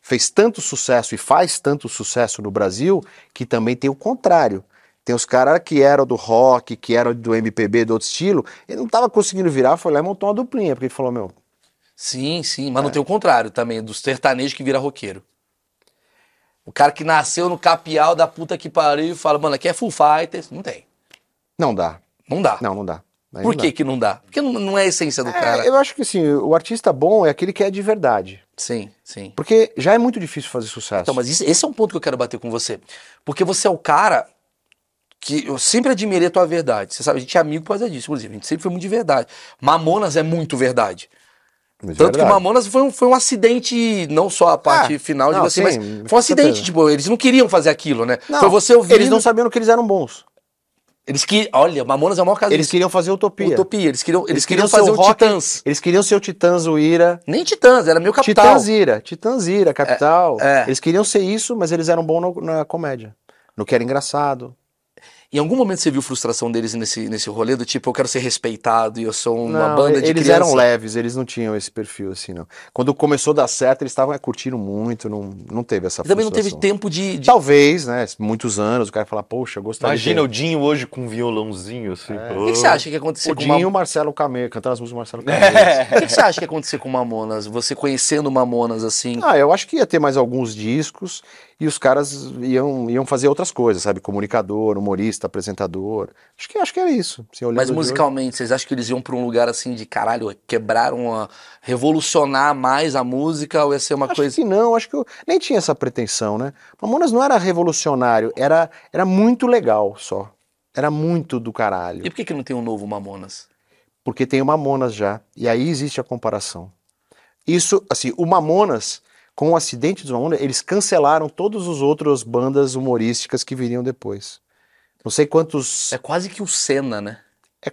B: fez tanto sucesso e faz tanto sucesso no Brasil que também tem o contrário. Tem os caras que eram do rock, que eram do MPB, do outro estilo, ele não tava conseguindo virar, foi lá e montou uma duplinha, porque ele falou, meu,
A: Sim, sim, mas não tem o contrário também, do sertanejo que vira roqueiro. O cara que nasceu no capial da puta que pariu e fala, mano, aqui é Full Fighters. Não tem.
B: não dá.
A: Não dá.
B: Não, não dá. Aí
A: Por
B: não
A: que
B: dá.
A: que não dá? Porque não, não é a essência do
B: É,
A: cara.
B: eu acho que assim, o artista bom é aquele que é de verdade.
A: Sim, sim.
B: Porque já é muito difícil fazer sucesso.
A: Então, mas isso- esse é um ponto que eu quero bater com você. Porque você é o cara que eu sempre admirei a tua verdade. Você sabe, a gente é amigo por causa disso, inclusive. A gente sempre foi muito de verdade. Mamonas é muito verdade.
B: Mas é
A: Tanto que
B: verdade.
A: Mamonas foi um, foi um acidente, não só a parte
B: Ah,
A: final de
B: não,
A: você,
B: sim,
A: mas foi um
B: com
A: acidente.
B: certeza.
A: Tipo, eles não queriam fazer aquilo, né?
B: Não,
A: foi você ouvindo.
B: Eles não sabiam que eles eram bons.
A: Eles que, olha, Mamonas é o maior caso
B: Eles
A: disso.
B: queriam fazer utopia.
A: Utopia. Eles queriam, eles queriam,
B: ser
A: fazer o
B: rock-
A: Titãs.
B: Eles queriam ser o Titãs, o Ira.
A: Nem Titãs, era meio capital.
B: Titãzira, Titãzira, capital.
A: É, é.
B: Eles queriam ser isso, mas eles eram bons no- na comédia. No que era engraçado.
A: Em algum momento você viu frustração deles nesse, nesse rolê do tipo, eu quero ser respeitado e eu sou uma
B: Não,
A: banda de
B: eles
A: criança.
B: eram leves, eles não tinham esse perfil assim, não. Quando começou a dar certo, eles estavam é, curtindo muito, não, não teve essa
A: E também não teve
B: frustração.
A: tempo de. de-
B: Talvez, né? Muitos anos, o cara falar, poxa, eu gostaria.
E: Imagina
B: de...
E: o Dinho hoje com um violãozinho assim.
C: É.
A: O que, que você acha que aconteceu
B: o
A: com
B: Dinho
A: [laughs]
B: e
A: Mamonas?
B: o Marcelo Camelo, cantando as músicas do Marcelo Camelo.
A: O que, que você acha que aconteceu com Mamonas? Você conhecendo Mamonas assim.
B: Ah, eu acho que ia ter mais alguns discos e os caras iam, iam fazer outras coisas, sabe? Comunicador, humorista, apresentador. Acho que, acho que era isso. Assim, olhando
A: Mas
B: de
A: musicalmente, vocês acham que eles iam pra um lugar assim de caralho, quebraram a. revolucionar mais a música ou ia ser uma
B: Acho
A: coisa.
B: que não, acho que eu nem tinha essa pretensão, né? Mamonas não era revolucionário, era, era muito legal só. Era muito do caralho.
A: E por que, que não tem um novo Mamonas?
B: Porque tem o Mamonas já. E aí existe a comparação. Isso, assim, o Mamonas, com o acidente dos Mamonas, eles cancelaram todas as outras bandas humorísticas que viriam depois. não sei quantos.
A: É
B: É,
A: quase que o Senna, né?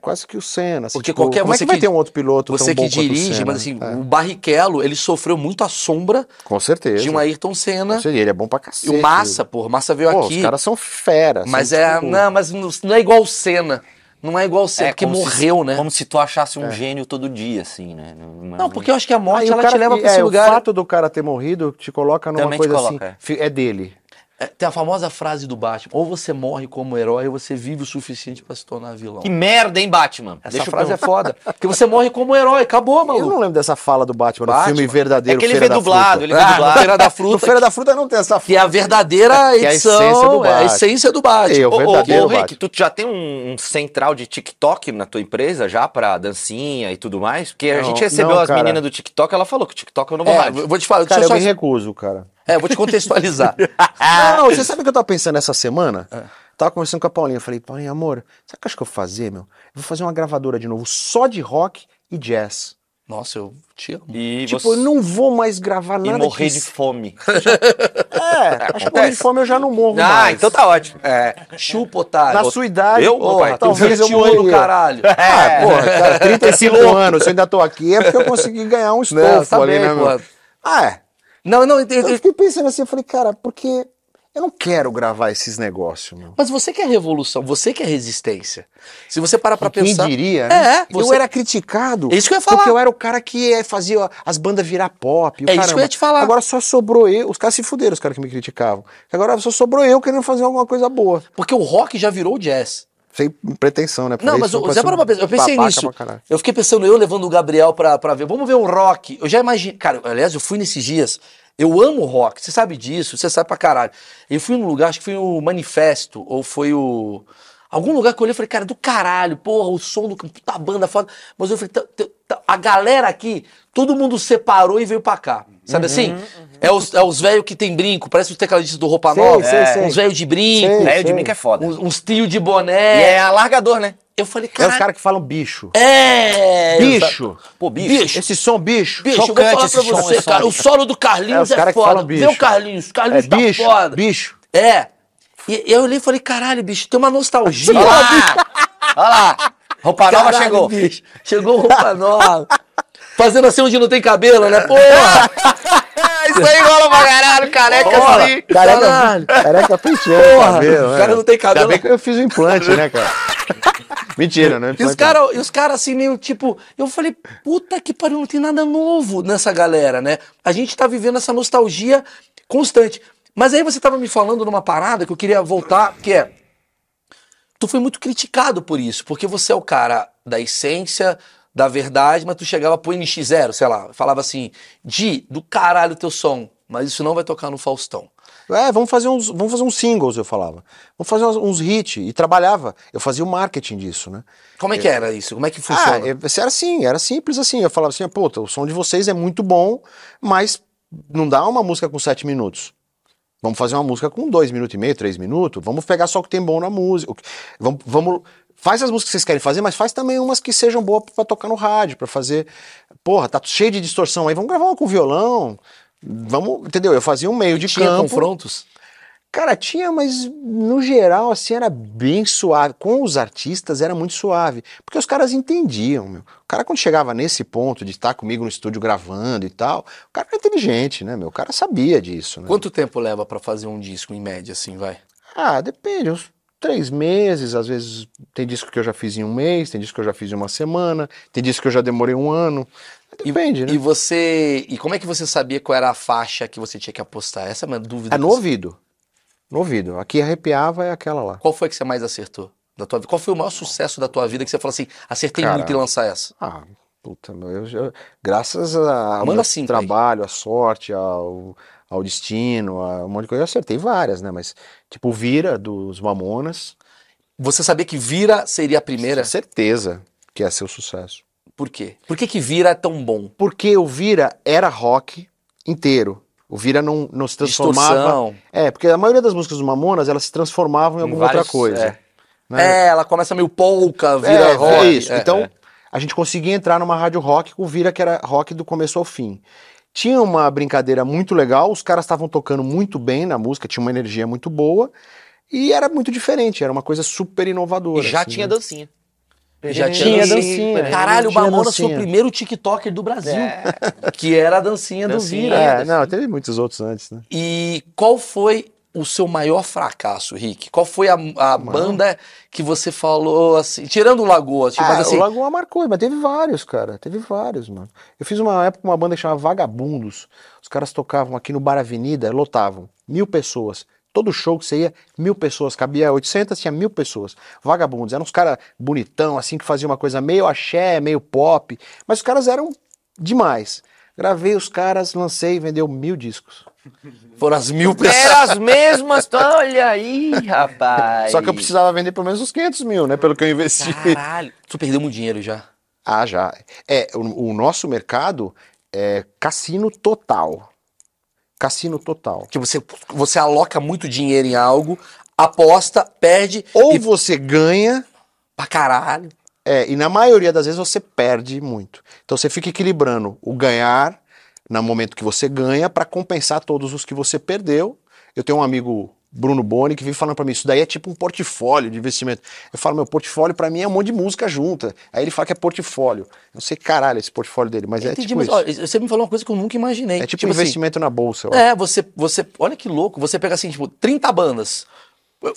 B: quase que o Senna. assim,
A: Porque qualquer-
B: como é
A: você
B: que, vai
A: que-
B: ter um outro piloto
A: Você
B: tão bom
A: que
B: quanto o
A: dirige,
B: Senna,
A: mas assim,
B: né?
A: o Barrichello, ele sofreu muito a sombra
B: É, com certeza.
A: de um Ayrton Senna.
B: Com certeza, Ele é bom pra
A: E
B: cacete.
A: o Massa, pô, o Massa veio
B: Pô,
A: aqui.
B: Os caras são tipo, feras.
A: Mas é. Não, mas não não é igual o Senna. Não é igual o Senna, porque
C: como se-
A: morreu, né?
C: Como se tu achasse um gênio todo dia, assim, né?
A: Não, porque eu acho que a morte
B: Aí o
A: ela
B: cara-
A: te leva pra
B: é,
A: esse lugar.
B: O fato do cara ter morrido te coloca numa
C: Também te
B: coisa
C: coloca,
B: assim.
C: é.
B: fi- É dele.
A: É, tem a famosa frase do Batman: ou você morre como herói, ou você vive o suficiente pra se tornar vilão.
C: Que merda, hein, Batman?
A: Essa frase é foda. Porque você morre como herói, acabou,
B: Eu
A: maluco.
B: não lembro dessa fala do Batman, no
A: Batman.
B: filme verdadeiro.
C: É que ele
B: Feira
C: vê
B: da
C: dublado,
B: Fruta.
C: ele vê
B: Ah,
C: dublado.
B: no Feira da
A: No
B: Fruta. No Feira da Fruta não tem essa
A: Que é a
B: fala.
A: verdadeira
B: Que é a
A: edição,
B: essência do
A: é a
B: Batman.
A: essência do Batman.
B: É, o
A: Ô, ô,
B: verdadeiro
C: ô,
A: ô, Rick,
B: Batman.
C: Rick, tu já tem um, um central de TikTok na tua empresa já pra dancinha e tudo mais? Porque a
B: Não,
C: gente recebeu
B: não,
C: as
B: cara.
C: meninas do TikTok, ela falou que o TikTok é o novo
A: É,
C: rádio.
A: eu vou te falar,
B: Cara, eu
A: deixa
B: me
A: eu só,
B: recuso, cara.
A: é, eu vou te contextualizar.
C: Ah.
B: Não, você sabe o que eu tava pensando essa semana? Tava conversando com a Paulinha. Eu falei, Paulinha, amor, sabe o que eu acho que eu vou fazer, meu? Eu vou fazer uma gravadora de novo só de rock e jazz.
A: Nossa, eu te amo.
C: E
B: tipo,
C: você-
B: eu não vou mais gravar
C: e
B: nada.
C: morrer
B: que...
C: de fome.
B: É, acho que morrer de fome eu já não morro
C: ah,
B: mais.
C: então tá ótimo.
A: Chupa, otário.
B: Na sua idade,
C: Eu?
B: porra,
C: Opa,
B: talvez eu
A: 21 no
B: morreria.
A: caralho.
B: Ah, porra,
A: [laughs]
B: cara, 35 anos, se eu ainda tô aqui, é porque eu consegui ganhar um estofo
A: Não, tá
B: ali,
A: bem,
B: né, meu?
A: pô.
B: Ah, é.
A: Não, não, ent-
B: Eu
A: ent-
B: fiquei pensando assim, eu falei, cara, porque eu não quero gravar esses negócios, meu.
A: mas você que é revolução, você que é resistência. Se você parar pra
B: Quem
A: pensar.
B: diria,
A: É,
B: né?
A: é, você-
B: Eu era criticado.
A: É isso que eu ia falar.
B: Porque eu era o cara que eh, fazia as bandas virar pop. o
A: É isso que eu
B: caramba.
A: ia te falar.
B: Agora só sobrou eu. Os caras se fuderam, os caras que me criticavam. Agora só sobrou eu querendo fazer alguma coisa boa.
A: Porque o rock já virou jazz.
B: Sem pretensão, né? Porque
A: Não,
B: isso
A: mas o-
B: pode
A: Zé
B: ser
A: parou pra pensar. Eu pensei
B: babaca
A: nisso.
B: pra caralho.
A: Eu fiquei pensando, eu levando o Gabriel pra, pra ver. Vamos ver um rock. Eu já imaginei. Cara, aliás, eu fui nesses dias. Eu amo rock. Você sabe disso, você sabe pra caralho. Eu fui num lugar, acho que foi o Manifesto, ou foi o. Algum lugar que eu olhei e falei, cara, do caralho, porra, o som do. Puta banda foda. Mas eu falei, tá- tá- tá- a galera aqui, todo mundo separou e veio pra cá. Sabe assim? É os, é os velhos que tem brinco, parece os tecladistas do Roupa
B: Sei,
A: Nova.
B: sei,
A: É.
B: sei.
A: Uns velhos de brinco,
B: Sei.
C: Velho de mim que é foda.
A: uns, uns tio de
C: E
A: boné.
C: é alargador, né?
A: Eu falei,
B: É os
A: cara.
B: caras que falam bicho.
A: É!
B: bicho.
C: Pô, bicho.
A: Bicho,
B: Esse som bicho.
A: bicho, eu vou
C: chocante
A: falar pra
C: esse som,
A: você,
C: esse som.
A: cara. O solo do
B: É,
A: Carlinhos
B: os
A: é,
B: cara que
A: foda.
B: falam bicho.
A: Vê o Carlinhos, Carlinhos
B: É
A: tá
B: bicho,
A: foda.
B: bicho.
A: É. E e eu olhei e falei, caralho, bicho, tem uma nostalgia. Ah,
C: Olha lá! Ah, Olha lá! Roupa nova
A: Caralho,
C: chegou.
A: bicho. Chegou roupa nova. Fazendo assim onde não tem cabelo, né? Porra!
C: Isso aí rola pra caralho, careca
A: Porra.
B: [laughs]
C: assim.
A: Caralho.
B: Careca, careca penteando o
A: Porra,
B: cabelo,
A: o
B: né?
A: cara não tem cabelo.
B: Ainda bem que eu fiz o implante, né, [laughs] cara? Mentira, né?
A: E os caras cara, assim, meio tipo. Eu falei, puta que pariu, não tem nada novo nessa galera, né? A gente tá vivendo essa nostalgia constante. Mas aí você tava me falando numa parada que eu queria voltar, que é. Tu foi muito criticado por isso, porque você é o cara da essência, da verdade, mas tu chegava pro NX0, sei lá, falava assim, Di, do caralho teu som, mas isso não vai tocar no Faustão.
B: É, vamos fazer uns, vamos fazer uns singles, eu falava. Vamos fazer uns, uns hits. E trabalhava. Eu fazia o marketing disso, né?
A: Como é que era isso? Como é que funciona?
B: Ah, eu- era assim, era simples assim. Eu falava assim, puta, o som de vocês é muito bom, mas não dá uma música com sete minutos. Vamos fazer uma música com dois minutos e meio, três minutos. Vamos pegar só o que tem bom na música. O que- Vamos, vamos- faz as músicas que vocês querem fazer, mas faz também umas que sejam boas pra tocar no rádio, pra fazer. Porra, tá cheio de distorção aí. Vamos gravar uma com violão. Vamos, entendeu? Eu fazia um meio de
A: Tinha
B: campo.
A: confrontos?
B: Cara, tinha, mas no geral, assim, era bem suave. Com os artistas era muito suave. Porque os caras entendiam, meu. O cara, quando chegava nesse ponto de estar comigo no estúdio gravando e tal, o cara era inteligente, né, meu? O cara sabia disso, né?
A: Quanto tempo leva pra fazer um disco, em média, assim, vai?
B: Ah, depende, uns três meses, às vezes tem disco que eu já fiz em um mês, tem disco que eu já fiz em uma semana, tem disco que eu já demorei um ano. Depende, né?
A: E você. E como é que você sabia qual era a faixa que você tinha que apostar? Essa é a minha dúvida.
B: É no ouvido. No ouvido. Aqui arrepiava é aquela lá.
A: Qual foi que você mais acertou? Da tua... vida? Qual foi o maior sucesso da tua vida que você falou assim, acertei
B: Cara.
A: muito em lançar essa?
B: Ah, puta, meu, eu, já- graças a- ao
A: Manda
B: meu
A: cinco aí.
B: trabalho, à sorte, ao, ao destino, a um monte de coisa, eu acertei várias, né? Mas, tipo, Vira, dos Mamonas,
A: Você sabia que Vira seria a primeira?
B: tinha certeza que ia ser o sucesso.
A: Por quê? Por que, que Vira é tão bom?
B: Porque o Vira era rock inteiro. O Vira não, não se transformava.
A: Distorção.
B: É, porque a maioria das músicas dos Mamonas, elas se transformavam em alguma outra
C: vários-
B: coisa.
C: é.
B: né?
A: É, ela começa meio polca, vira
B: É,
A: rock.
B: isso.
A: é.
B: então, a gente conseguia entrar numa rádio rock com o Vira, que era rock do começo ao fim. Tinha uma brincadeira muito legal, os caras estavam tocando muito bem na música, tinha uma energia muito boa. E era muito diferente, era uma coisa super
D: E
B: inovadora.
D: já
B: assim,
D: tinha
B: né?
D: dancinha.
A: Já
B: Tinha
A: tinha
B: dancinha.
A: Caralho, o
B: tinha
A: Mamonas foi o
B: dancinha.
A: primeiro TikToker do Brasil, que era a dancinha,
C: Dancinha.
A: do Vira.
B: É, não, teve muitos outros antes, né?
A: E qual foi o seu maior fracasso, Rick? Qual foi a, a banda que você falou assim, tirando o Lagoa, tipo,
B: Ah,
A: mas assim,
B: o Lagoa marcou, mas teve vários, cara. Teve vários, mano. Eu fiz uma época uma banda que chamava Vagabundos. Os caras tocavam aqui no Bar Avenida, lotavam. Mil pessoas. Todo show que você ia, mil pessoas. Cabia 800, tinha mil pessoas. Vagabundos. Eram uns caras bonitão, assim, que faziam uma coisa meio axé, meio pop. Mas os caras eram demais. Gravei os caras, lancei e vendeu mil discos.
A: foram as mil pessoas.
C: Era as mesmas. Olha aí, rapaz.
B: Só que eu precisava vender pelo menos uns 500 mil, né? Pelo que eu investi.
A: Caralho, [laughs] tu perdeu muito dinheiro já.
B: Ah, já. É, o, o nosso mercado é cassino total. Cassino total.
A: Tipo, você, você aloca muito dinheiro em algo, aposta, perde
B: Ou
A: e
B: você ganha,
A: pra caralho.
B: é, e na maioria das vezes você perde muito. Então você fica equilibrando o ganhar no momento que você ganha para compensar todos os que você perdeu. Eu tenho um amigo, Bruno Boni, que vive falando para mim, isso daí é tipo um portfólio de investimento. Eu falo, meu portfólio para mim é um monte de música junta. Aí ele fala que é portfólio. Eu não sei caralho esse portfólio dele, mas é
A: Entendi,
B: tipo
A: mas,
B: isso.
A: olha, você me falou uma coisa que eu nunca imaginei.
B: é tipo,
A: Tipo assim,
B: investimento na bolsa. eu acho.
A: É, você, você. Olha que louco. Você pega assim, tipo, 30 bandas.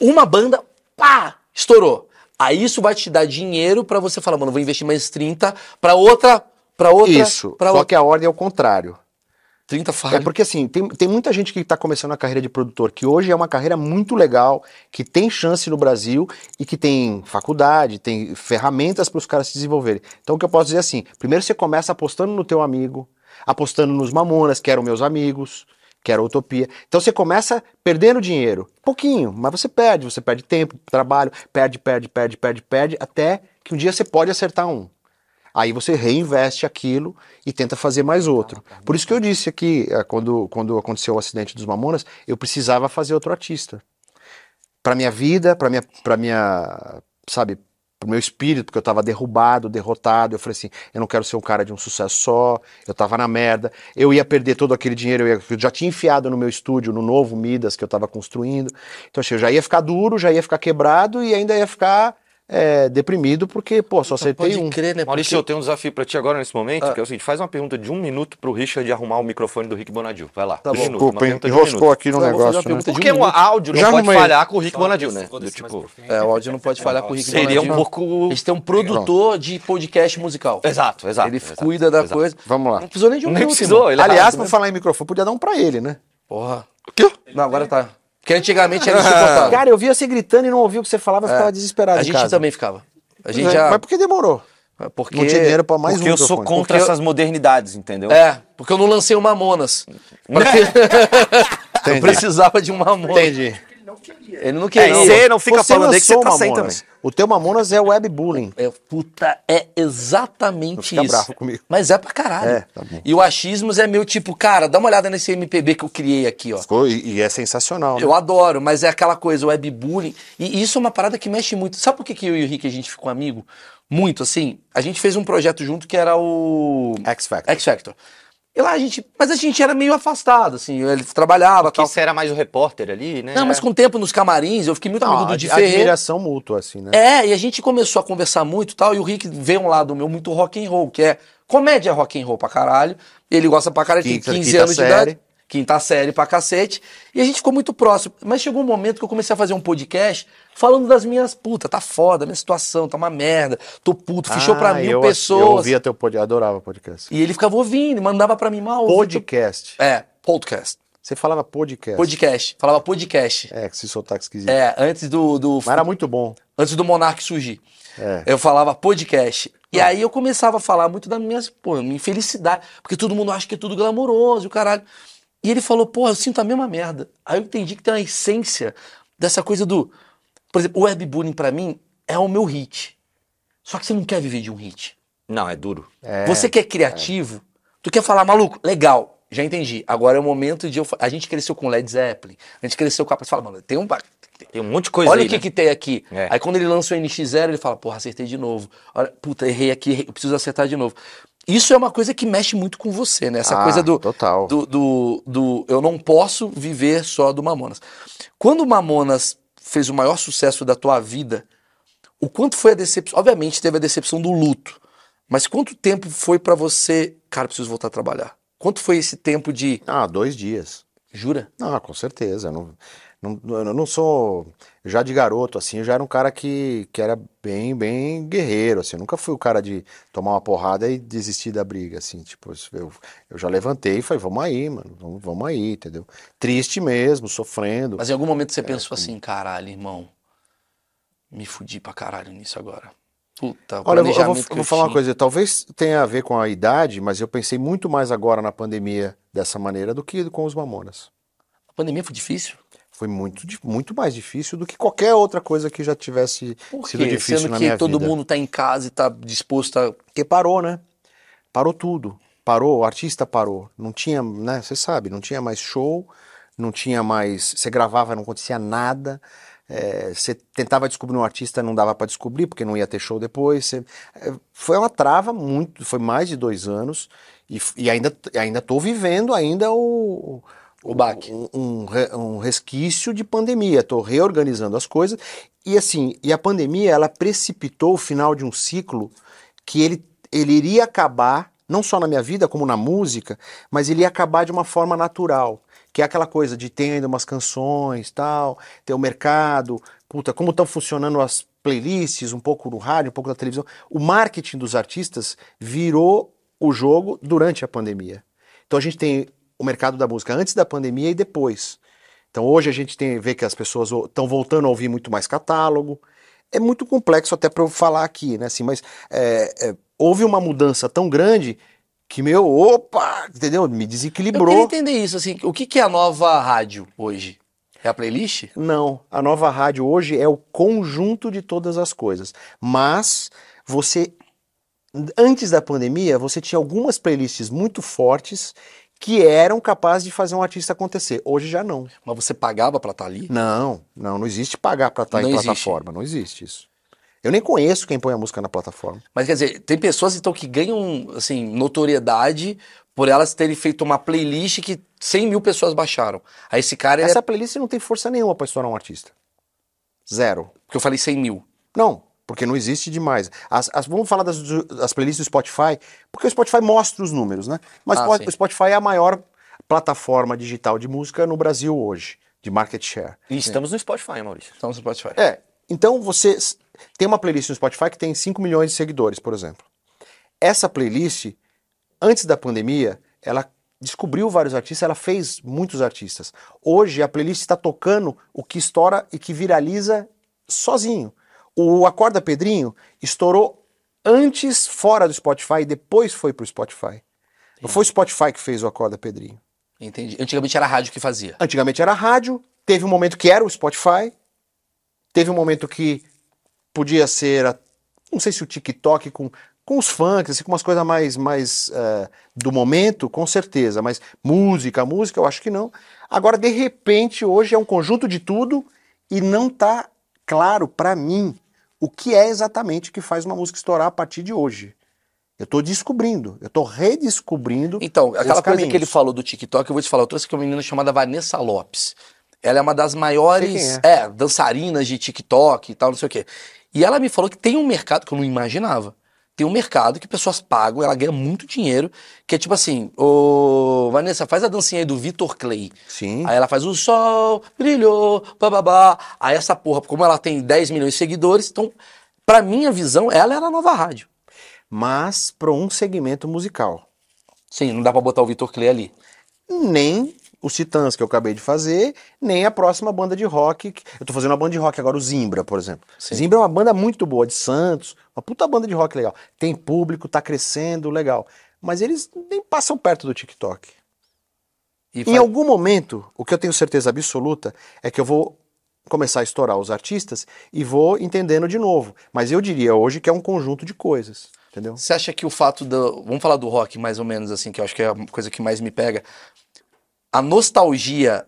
A: Uma banda, pá! Estourou. Aí isso vai te dar dinheiro pra você falar, mano, vou investir mais 30 pra outra. Pra outra.
B: Isso.
A: Pra
B: só
A: outra.
B: que a ordem é o contrário.
A: 30 faz.
B: É porque assim, tem, tem muita gente que está começando a carreira de produtor, que hoje é uma carreira muito legal, que tem chance no Brasil e que tem faculdade, tem ferramentas para os caras se desenvolverem. Então o que eu posso dizer assim, primeiro você começa apostando no teu amigo, apostando nos mamonas, que eram meus amigos, que era utopia. Então você começa perdendo dinheiro, pouquinho, mas você perde, você perde tempo, trabalho, perde, perde, perde, perde, perde, até que um dia você pode acertar um. Aí você reinveste aquilo e tenta fazer
A: Tá,
B: mais outro. Por isso que eu disse aqui, eh, quando, quando aconteceu o acidente dos Mamonas, eu precisava fazer outro artista. Para minha vida, para minha, para minha, sabe, pro meu espírito, porque eu tava derrubado, derrotado, eu falei assim, eu não quero ser um cara de um sucesso só, eu tava na merda, eu ia perder todo aquele dinheiro, eu, ia- eu já tinha enfiado no meu estúdio, no novo Midas que eu tava construindo, então assim, eu já ia ficar duro, já ia ficar quebrado e ainda ia ficar eh, deprimido, porque, pô, só acertei
A: Então, Pode
B: um.
A: crer, né?
E: Maurício, eu
A: Porque-
E: tenho um desafio pra ti agora nesse momento,
A: Ah.
E: que é o seguinte: faz uma pergunta de um minuto pro Richard arrumar o microfone do Rick Bonadil. Vai lá.
A: Tá
E: um
A: bom.
E: minuto, uma pergunta de um
B: enroscou
E: minuto.
B: aqui no
A: Eu vou fazer uma
B: negócio. né?
A: pergunta de um
E: Porque o
A: minuto.
E: áudio não
B: Já
E: pode
B: arrumei.
E: falhar com o Rick Bonadil, né? Do tipo,
A: É, o áudio não pode falhar com o Rick
E: seria um
A: Bonadil.
E: pouco.
A: Eles têm um produtor de podcast musical.
E: Exato, exato.
A: Ele
E: exato,
A: cuida da
E: exato.
A: coisa.
B: Vamos lá.
A: Não precisou nem de um
E: Nem
A: minuto,
E: precisou,
A: irmão.
E: ele é
B: Aliás,
E: rápido,
B: pra
E: né?
B: falar em microfone, podia dar um pra ele, né?
A: Porra. Não, agora tá. Porque antigamente era insuportável.
B: [laughs] Cara, eu via você gritando e não ouvia o que você falava, eu É. ficava desesperado.
A: Ah. a
B: em
A: gente
B: casa.
A: também ficava. A gente
B: Pois é,
A: já.
B: Mas por que demorou?
A: Porque...
B: Não tinha dinheiro pra mais
E: Porque
B: um
E: eu sou
B: microfone.
E: contra
A: eu-
E: essas modernidades, entendeu?
A: É, porque eu não lancei o Mamonas. Pra ter- eu
B: [laughs] Entendi.
A: precisava de um Mamonas.
B: Entendi.
A: Ele não queria.
E: É, e você-
A: não.
E: não fica falando aí que você
B: lançou
E: tá sem
B: Mamonas. O teu Mamonas é webbullying.
A: É, puta, é
B: Não
A: exatamente
B: fica
A: isso.
B: bravo comigo.
A: Mas é pra caralho.
B: É, tá bom.
A: E o achismos é meu tipo, cara, dá uma olhada nesse MPB que eu criei aqui, ó.
B: Ficou- E, e é sensacional, né?
A: Eu adoro, mas é aquela coisa, webbullying. E isso é uma parada que mexe muito. Sabe por que, que eu e o Rick a gente ficou amigo? Muito, assim. A gente fez um projeto junto que era o.
B: né? X Factor.
A: X Factor. E lá a gente. Mas a gente era meio afastado, assim. Ele trabalhava
E: Que
A: tal.
E: isso era mais o repórter ali, né?
A: então. Não, mas com o tempo nos camarins, eu fiquei muito amigo
B: É. Não,
A: do
B: a-
A: Di
B: a
A: Ferreira.
B: admiração mútua, assim, né?
A: É, e a gente começou a conversar muito e tal, e o Rick vê um lado meu muito rock and roll, que é comédia rock and roll pra caralho. Ele gosta pra caralho, ele
B: Quinta-
A: tem 15
B: quinta
A: anos de idade.
B: série.
A: Quinta série pra cacete. E a gente ficou muito próximo. Mas chegou um momento que eu comecei a fazer um podcast falando das minhas putas. Tá foda, minha situação, tá uma merda. Tô puto, É, fechou pra
B: Ah,
A: mil
B: eu-
A: pessoas.
B: Eu ouvia teu podcast, adorava podcast.
A: E ele ficava ouvindo, mandava pra mim mal.
B: Podcast.
A: É, podcast.
B: Você falava podcast.
A: Podcast. Falava podcast.
B: É, que se sotaque esquisito.
A: É, antes do, do
B: Mas era muito bom.
A: antes do Monark surgir.
B: É. Ah.
A: Eu falava podcast. E aí eu começava a falar muito da minha, pô, minha infelicidade, porque todo mundo acha que é tudo glamouroso, e o caralho. E ele falou, pô, eu sinto a mesma merda. Aí eu entendi que tem uma essência dessa coisa do. Por exemplo, o webbullying pra mim é o meu hit. Só que você não quer viver de um hit.
E: Não, é duro.
B: É.
A: Você que é criativo, tu quer falar, maluco, legal, já entendi. Agora é o momento de eu. fa- A gente cresceu com Led Zeppelin, a gente cresceu com a. Você fala, mano, tem um. ba-
E: Tem um monte de coisa
A: Olha
E: aí,
A: o que,
E: né?
A: que tem aqui.
E: É.
A: Aí quando ele lança o NX0, ele fala, porra, acertei de novo. Olha, puta, errei aqui, errei, eu preciso acertar de novo. Isso é uma coisa que mexe muito com você, né? Essa
B: Ah,
A: coisa do,
B: total.
A: do, do, do eu não posso viver só do Mamonas. Quando o Mamonas fez o maior sucesso da tua vida, o quanto foi a decepção? Obviamente teve a decepção do luto, mas quanto tempo foi pra você, cara, preciso voltar a trabalhar? Quanto foi esse tempo de,
B: Ah, dois dias.
A: jura?
B: Ah, com certeza. Eu não, não, eu não sou. Já de garoto, assim, eu já era um cara que, que era bem, bem guerreiro, assim. Eu nunca fui o cara de tomar uma porrada e desistir da briga, assim. Tipo, eu, eu já levantei e falei, vamos aí, mano, vamos, vamos aí, entendeu? Triste mesmo, sofrendo.
A: Mas em algum momento você
B: É,
A: pensou assim, caralho, irmão, me fudi pra caralho nisso agora. Puta, o
B: Olha, eu
A: é
B: vou, eu vou-
A: um planejamento que
B: eu vou falar uma
A: tinha.
B: coisa, talvez tenha a ver com a idade, mas eu pensei muito mais agora na pandemia dessa maneira do que com os mamonas.
A: A pandemia foi difícil?
B: Foi muito, di- muito mais difícil do que qualquer outra coisa que já tivesse
A: Por
B: sido
A: quê?
B: difícil
A: Sendo
B: na
A: que
B: minha
A: todo
B: vida.
A: mundo tá em casa e tá disposto a...
B: Porque parou, né? Parou tudo. Parou, o artista parou. Não tinha, né? Você sabe, não tinha mais show, não tinha mais. Você gravava, não acontecia nada. É, Você tentava descobrir um artista, não dava pra descobrir, porque não ia ter show depois. Você- é, Foi uma trava muito, foi mais de dois anos, e, f- e ainda, e ainda tô vivendo ainda o,
A: O baque.
B: um, um re- um resquício de pandemia. Estou reorganizando as coisas. E assim, e a pandemia ela precipitou o final de um ciclo que ele, ele iria acabar, não só na minha vida, como na música, mas ele ia acabar de uma forma natural. Que é aquela coisa de ter ainda umas canções tal, ter o mercado, puta, como estão funcionando as playlists, um pouco no rádio, um pouco na televisão. O marketing dos artistas virou o jogo durante a pandemia. Então a gente tem o mercado da música antes da pandemia e depois. Então hoje a gente tem, vê que as pessoas estão voltando a ouvir muito mais catálogo. É muito complexo até para eu falar aqui, né? Assim, mas é, é, houve uma mudança tão grande que meu, opa, entendeu? Me
A: Eu queria
B: desequilibrou.
A: entender isso, assim, o que que é a nova rádio hoje? É a playlist?
B: Não, a nova rádio hoje é o conjunto de todas as coisas. Mas você, antes da pandemia, você tinha algumas playlists muito fortes que eram capazes de fazer um artista acontecer. Hoje já não.
A: Mas você pagava pra estar ali?
B: Não, não, não existe pagar pra estar
A: Não
B: em
A: existe.
B: plataforma, não existe isso. Eu nem conheço quem põe a música na plataforma.
A: Mas quer dizer, tem pessoas então que ganham, assim, notoriedade por elas terem feito uma playlist que 100 mil pessoas baixaram. Aí esse cara, ele é...
B: Essa playlist não tem força nenhuma pra estourar um artista. Zero.
A: porque eu falei 100 mil.
B: Não, porque não existe demais. As- as- vamos falar das, do- das playlists do Spotify, porque o Spotify mostra os números, né? Mas
A: Ah,
B: po-
A: sim.
B: o Spotify é a maior plataforma digital de música no Brasil hoje, de market share.
E: E estamos no Spotify, hein, Maurício.
A: Então, no Spotify.
B: É, então você s- tem uma playlist no Spotify que tem 5 milhões de seguidores, por exemplo. Essa playlist, antes da pandemia, ela descobriu vários artistas, ela fez muitos artistas. Hoje a playlist está tocando o que estoura e que viraliza sozinho. O Acorda Pedrinho estourou antes fora do Spotify e depois foi pro Spotify. Não foi o Spotify que fez o Acorda Pedrinho.
A: Entendi. Antigamente era a rádio que fazia.
B: Antigamente era rádio, teve um momento que era o Spotify, teve um momento que podia ser, a- não sei se o TikTok com, com os funks, assim, com umas coisas mais, mais eh, do momento, com certeza, mas música, música, eu acho que não. Agora, de repente, hoje é um conjunto de tudo e não tá claro para mim o que é exatamente que faz uma música estourar a partir de hoje. Eu tô descobrindo, eu tô redescobrindo.
A: Então, aquela coisa
B: caminhos.
A: que ele falou do TikTok, eu vou te falar, eu trouxe aqui uma menina chamada Vanessa Lopes. Ela é uma das maiores
B: Sei
A: é, dançarinas de TikTok e tal, não sei o quê. E ela me falou que tem um mercado que eu não imaginava. Tem um mercado que pessoas pagam, ela ganha muito dinheiro, que é tipo assim, ô Vanessa, faz a dancinha aí do Vitor Clay.
B: Sim.
A: Aí ela faz o sol, brilhou, bababá. Aí essa porra, como ela tem 10 milhões de seguidores, então, pra minha visão, ela era a nova rádio.
B: Mas para um segmento musical.
A: Sim, não dá pra botar o Vitor Clay ali.
B: nem os Titãs que eu acabei de fazer, nem a próxima banda de rock. que- Eu tô fazendo uma banda de rock agora, o Zimbra, por exemplo.
A: Sim.
B: Zimbra é uma banda muito boa, de Santos, uma puta banda de rock legal. Tem público, tá crescendo, legal. Mas eles nem passam perto do TikTok.
A: E
B: Em
A: faz-
B: algum momento, o que eu tenho certeza absoluta é que eu vou começar a estourar os artistas e vou entendendo de novo. Mas eu diria hoje que é um conjunto de coisas, entendeu?
A: Você acha que o fato da. Vamos falar do rock mais ou menos, assim, que eu acho que é a coisa que mais me pega. A nostalgia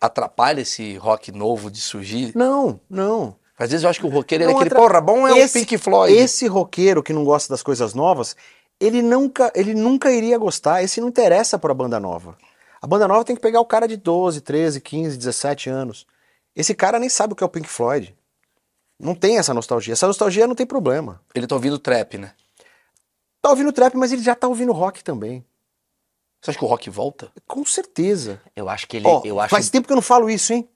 A: atrapalha esse rock novo de surgir?
B: Não, não.
A: Às vezes eu acho que o roqueiro ele é
B: Não
A: aquele.
B: atra-
A: Porra, bom é
B: Esse-
A: o Pink Floyd.
B: Esse roqueiro que não gosta das coisas novas, ele nunca, ele nunca iria gostar, esse não interessa pra banda nova. A banda nova tem que pegar o cara de 12, 13, 15, 17 anos. Esse cara nem sabe o que é o Pink Floyd. Não tem essa nostalgia. Essa nostalgia não tem problema.
A: Ele tá ouvindo trap, né?
B: Tá ouvindo trap, mas ele já tá ouvindo rock também.
A: Você acha que o rock volta?
B: Com certeza.
C: Eu acho que ele.
B: Ó,
C: eu, acho,
B: Faz tempo que eu não falo isso, hein?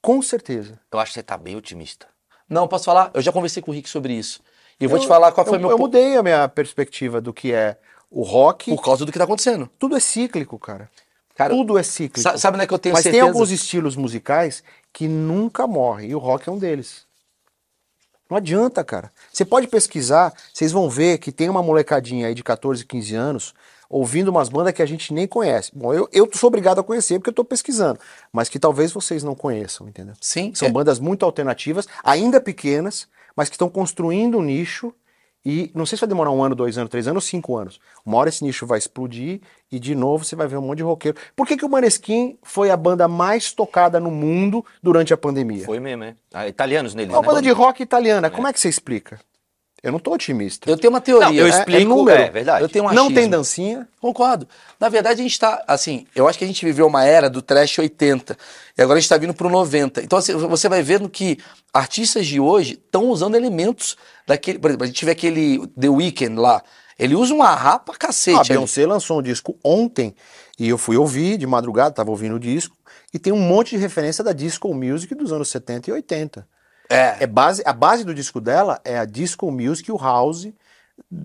B: Com certeza.
C: eu acho que você tá bem otimista.
A: Não, posso falar? Eu já conversei com o Rick sobre isso. E eu vou te falar qual foi
B: eu,
A: meu
B: Eu
A: ponto.
B: mudei a minha perspectiva do que é o rock.
A: Por causa do que tá acontecendo.
B: Tudo é cíclico, cara.
A: Cara,
B: Tudo é cíclico.
A: sa- sabe onde é que eu tenho
B: Mas
A: certeza?
B: tem alguns estilos musicais que nunca morrem, e o rock é um deles. Não adianta, cara. Você pode pesquisar, vocês vão ver que tem uma molecadinha aí de 14, 15 anos ouvindo umas bandas que a gente nem conhece. Bom, eu, eu sou obrigado a conhecer porque eu tô pesquisando, mas que talvez vocês não conheçam, entendeu?
A: Sim,
B: São
A: é.
B: bandas muito alternativas, ainda pequenas, mas que estão construindo um nicho e não sei se vai demorar um ano, dois anos, três anos, cinco anos. Uma hora esse nicho vai explodir e de novo você vai ver um monte de roqueiro. Por que, que o Maneskin foi a banda mais tocada no mundo durante a pandemia?
E: Foi mesmo, é.
C: Ah, italianos neles,
B: Uma
C: né?
B: banda de rock italiana, como é que você explica? Eu não tô otimista.
A: Eu tenho uma teoria.
C: Não, eu
A: É-
C: explico,
A: É, número.
C: é verdade.
A: Eu tenho um
B: não
A: achismo.
B: tem dancinha.
A: Concordo. Na verdade, a gente tá, assim, eu acho que a gente viveu uma era do trash 80. E agora a gente tá vindo pro 90. Então, assim, você vai vendo que artistas de hoje estão usando elementos daquele. Por exemplo, a gente tiver aquele The Weeknd lá. Ele usa um arra pra cacete.
B: A
A: Ele-
B: Ah, Beyoncé lançou um disco ontem e eu fui ouvir de madrugada, tava ouvindo o disco, e tem um monte de referência da disco music dos anos 70 e 80.
A: É.
B: É base, a base do disco dela é a disco music, o house.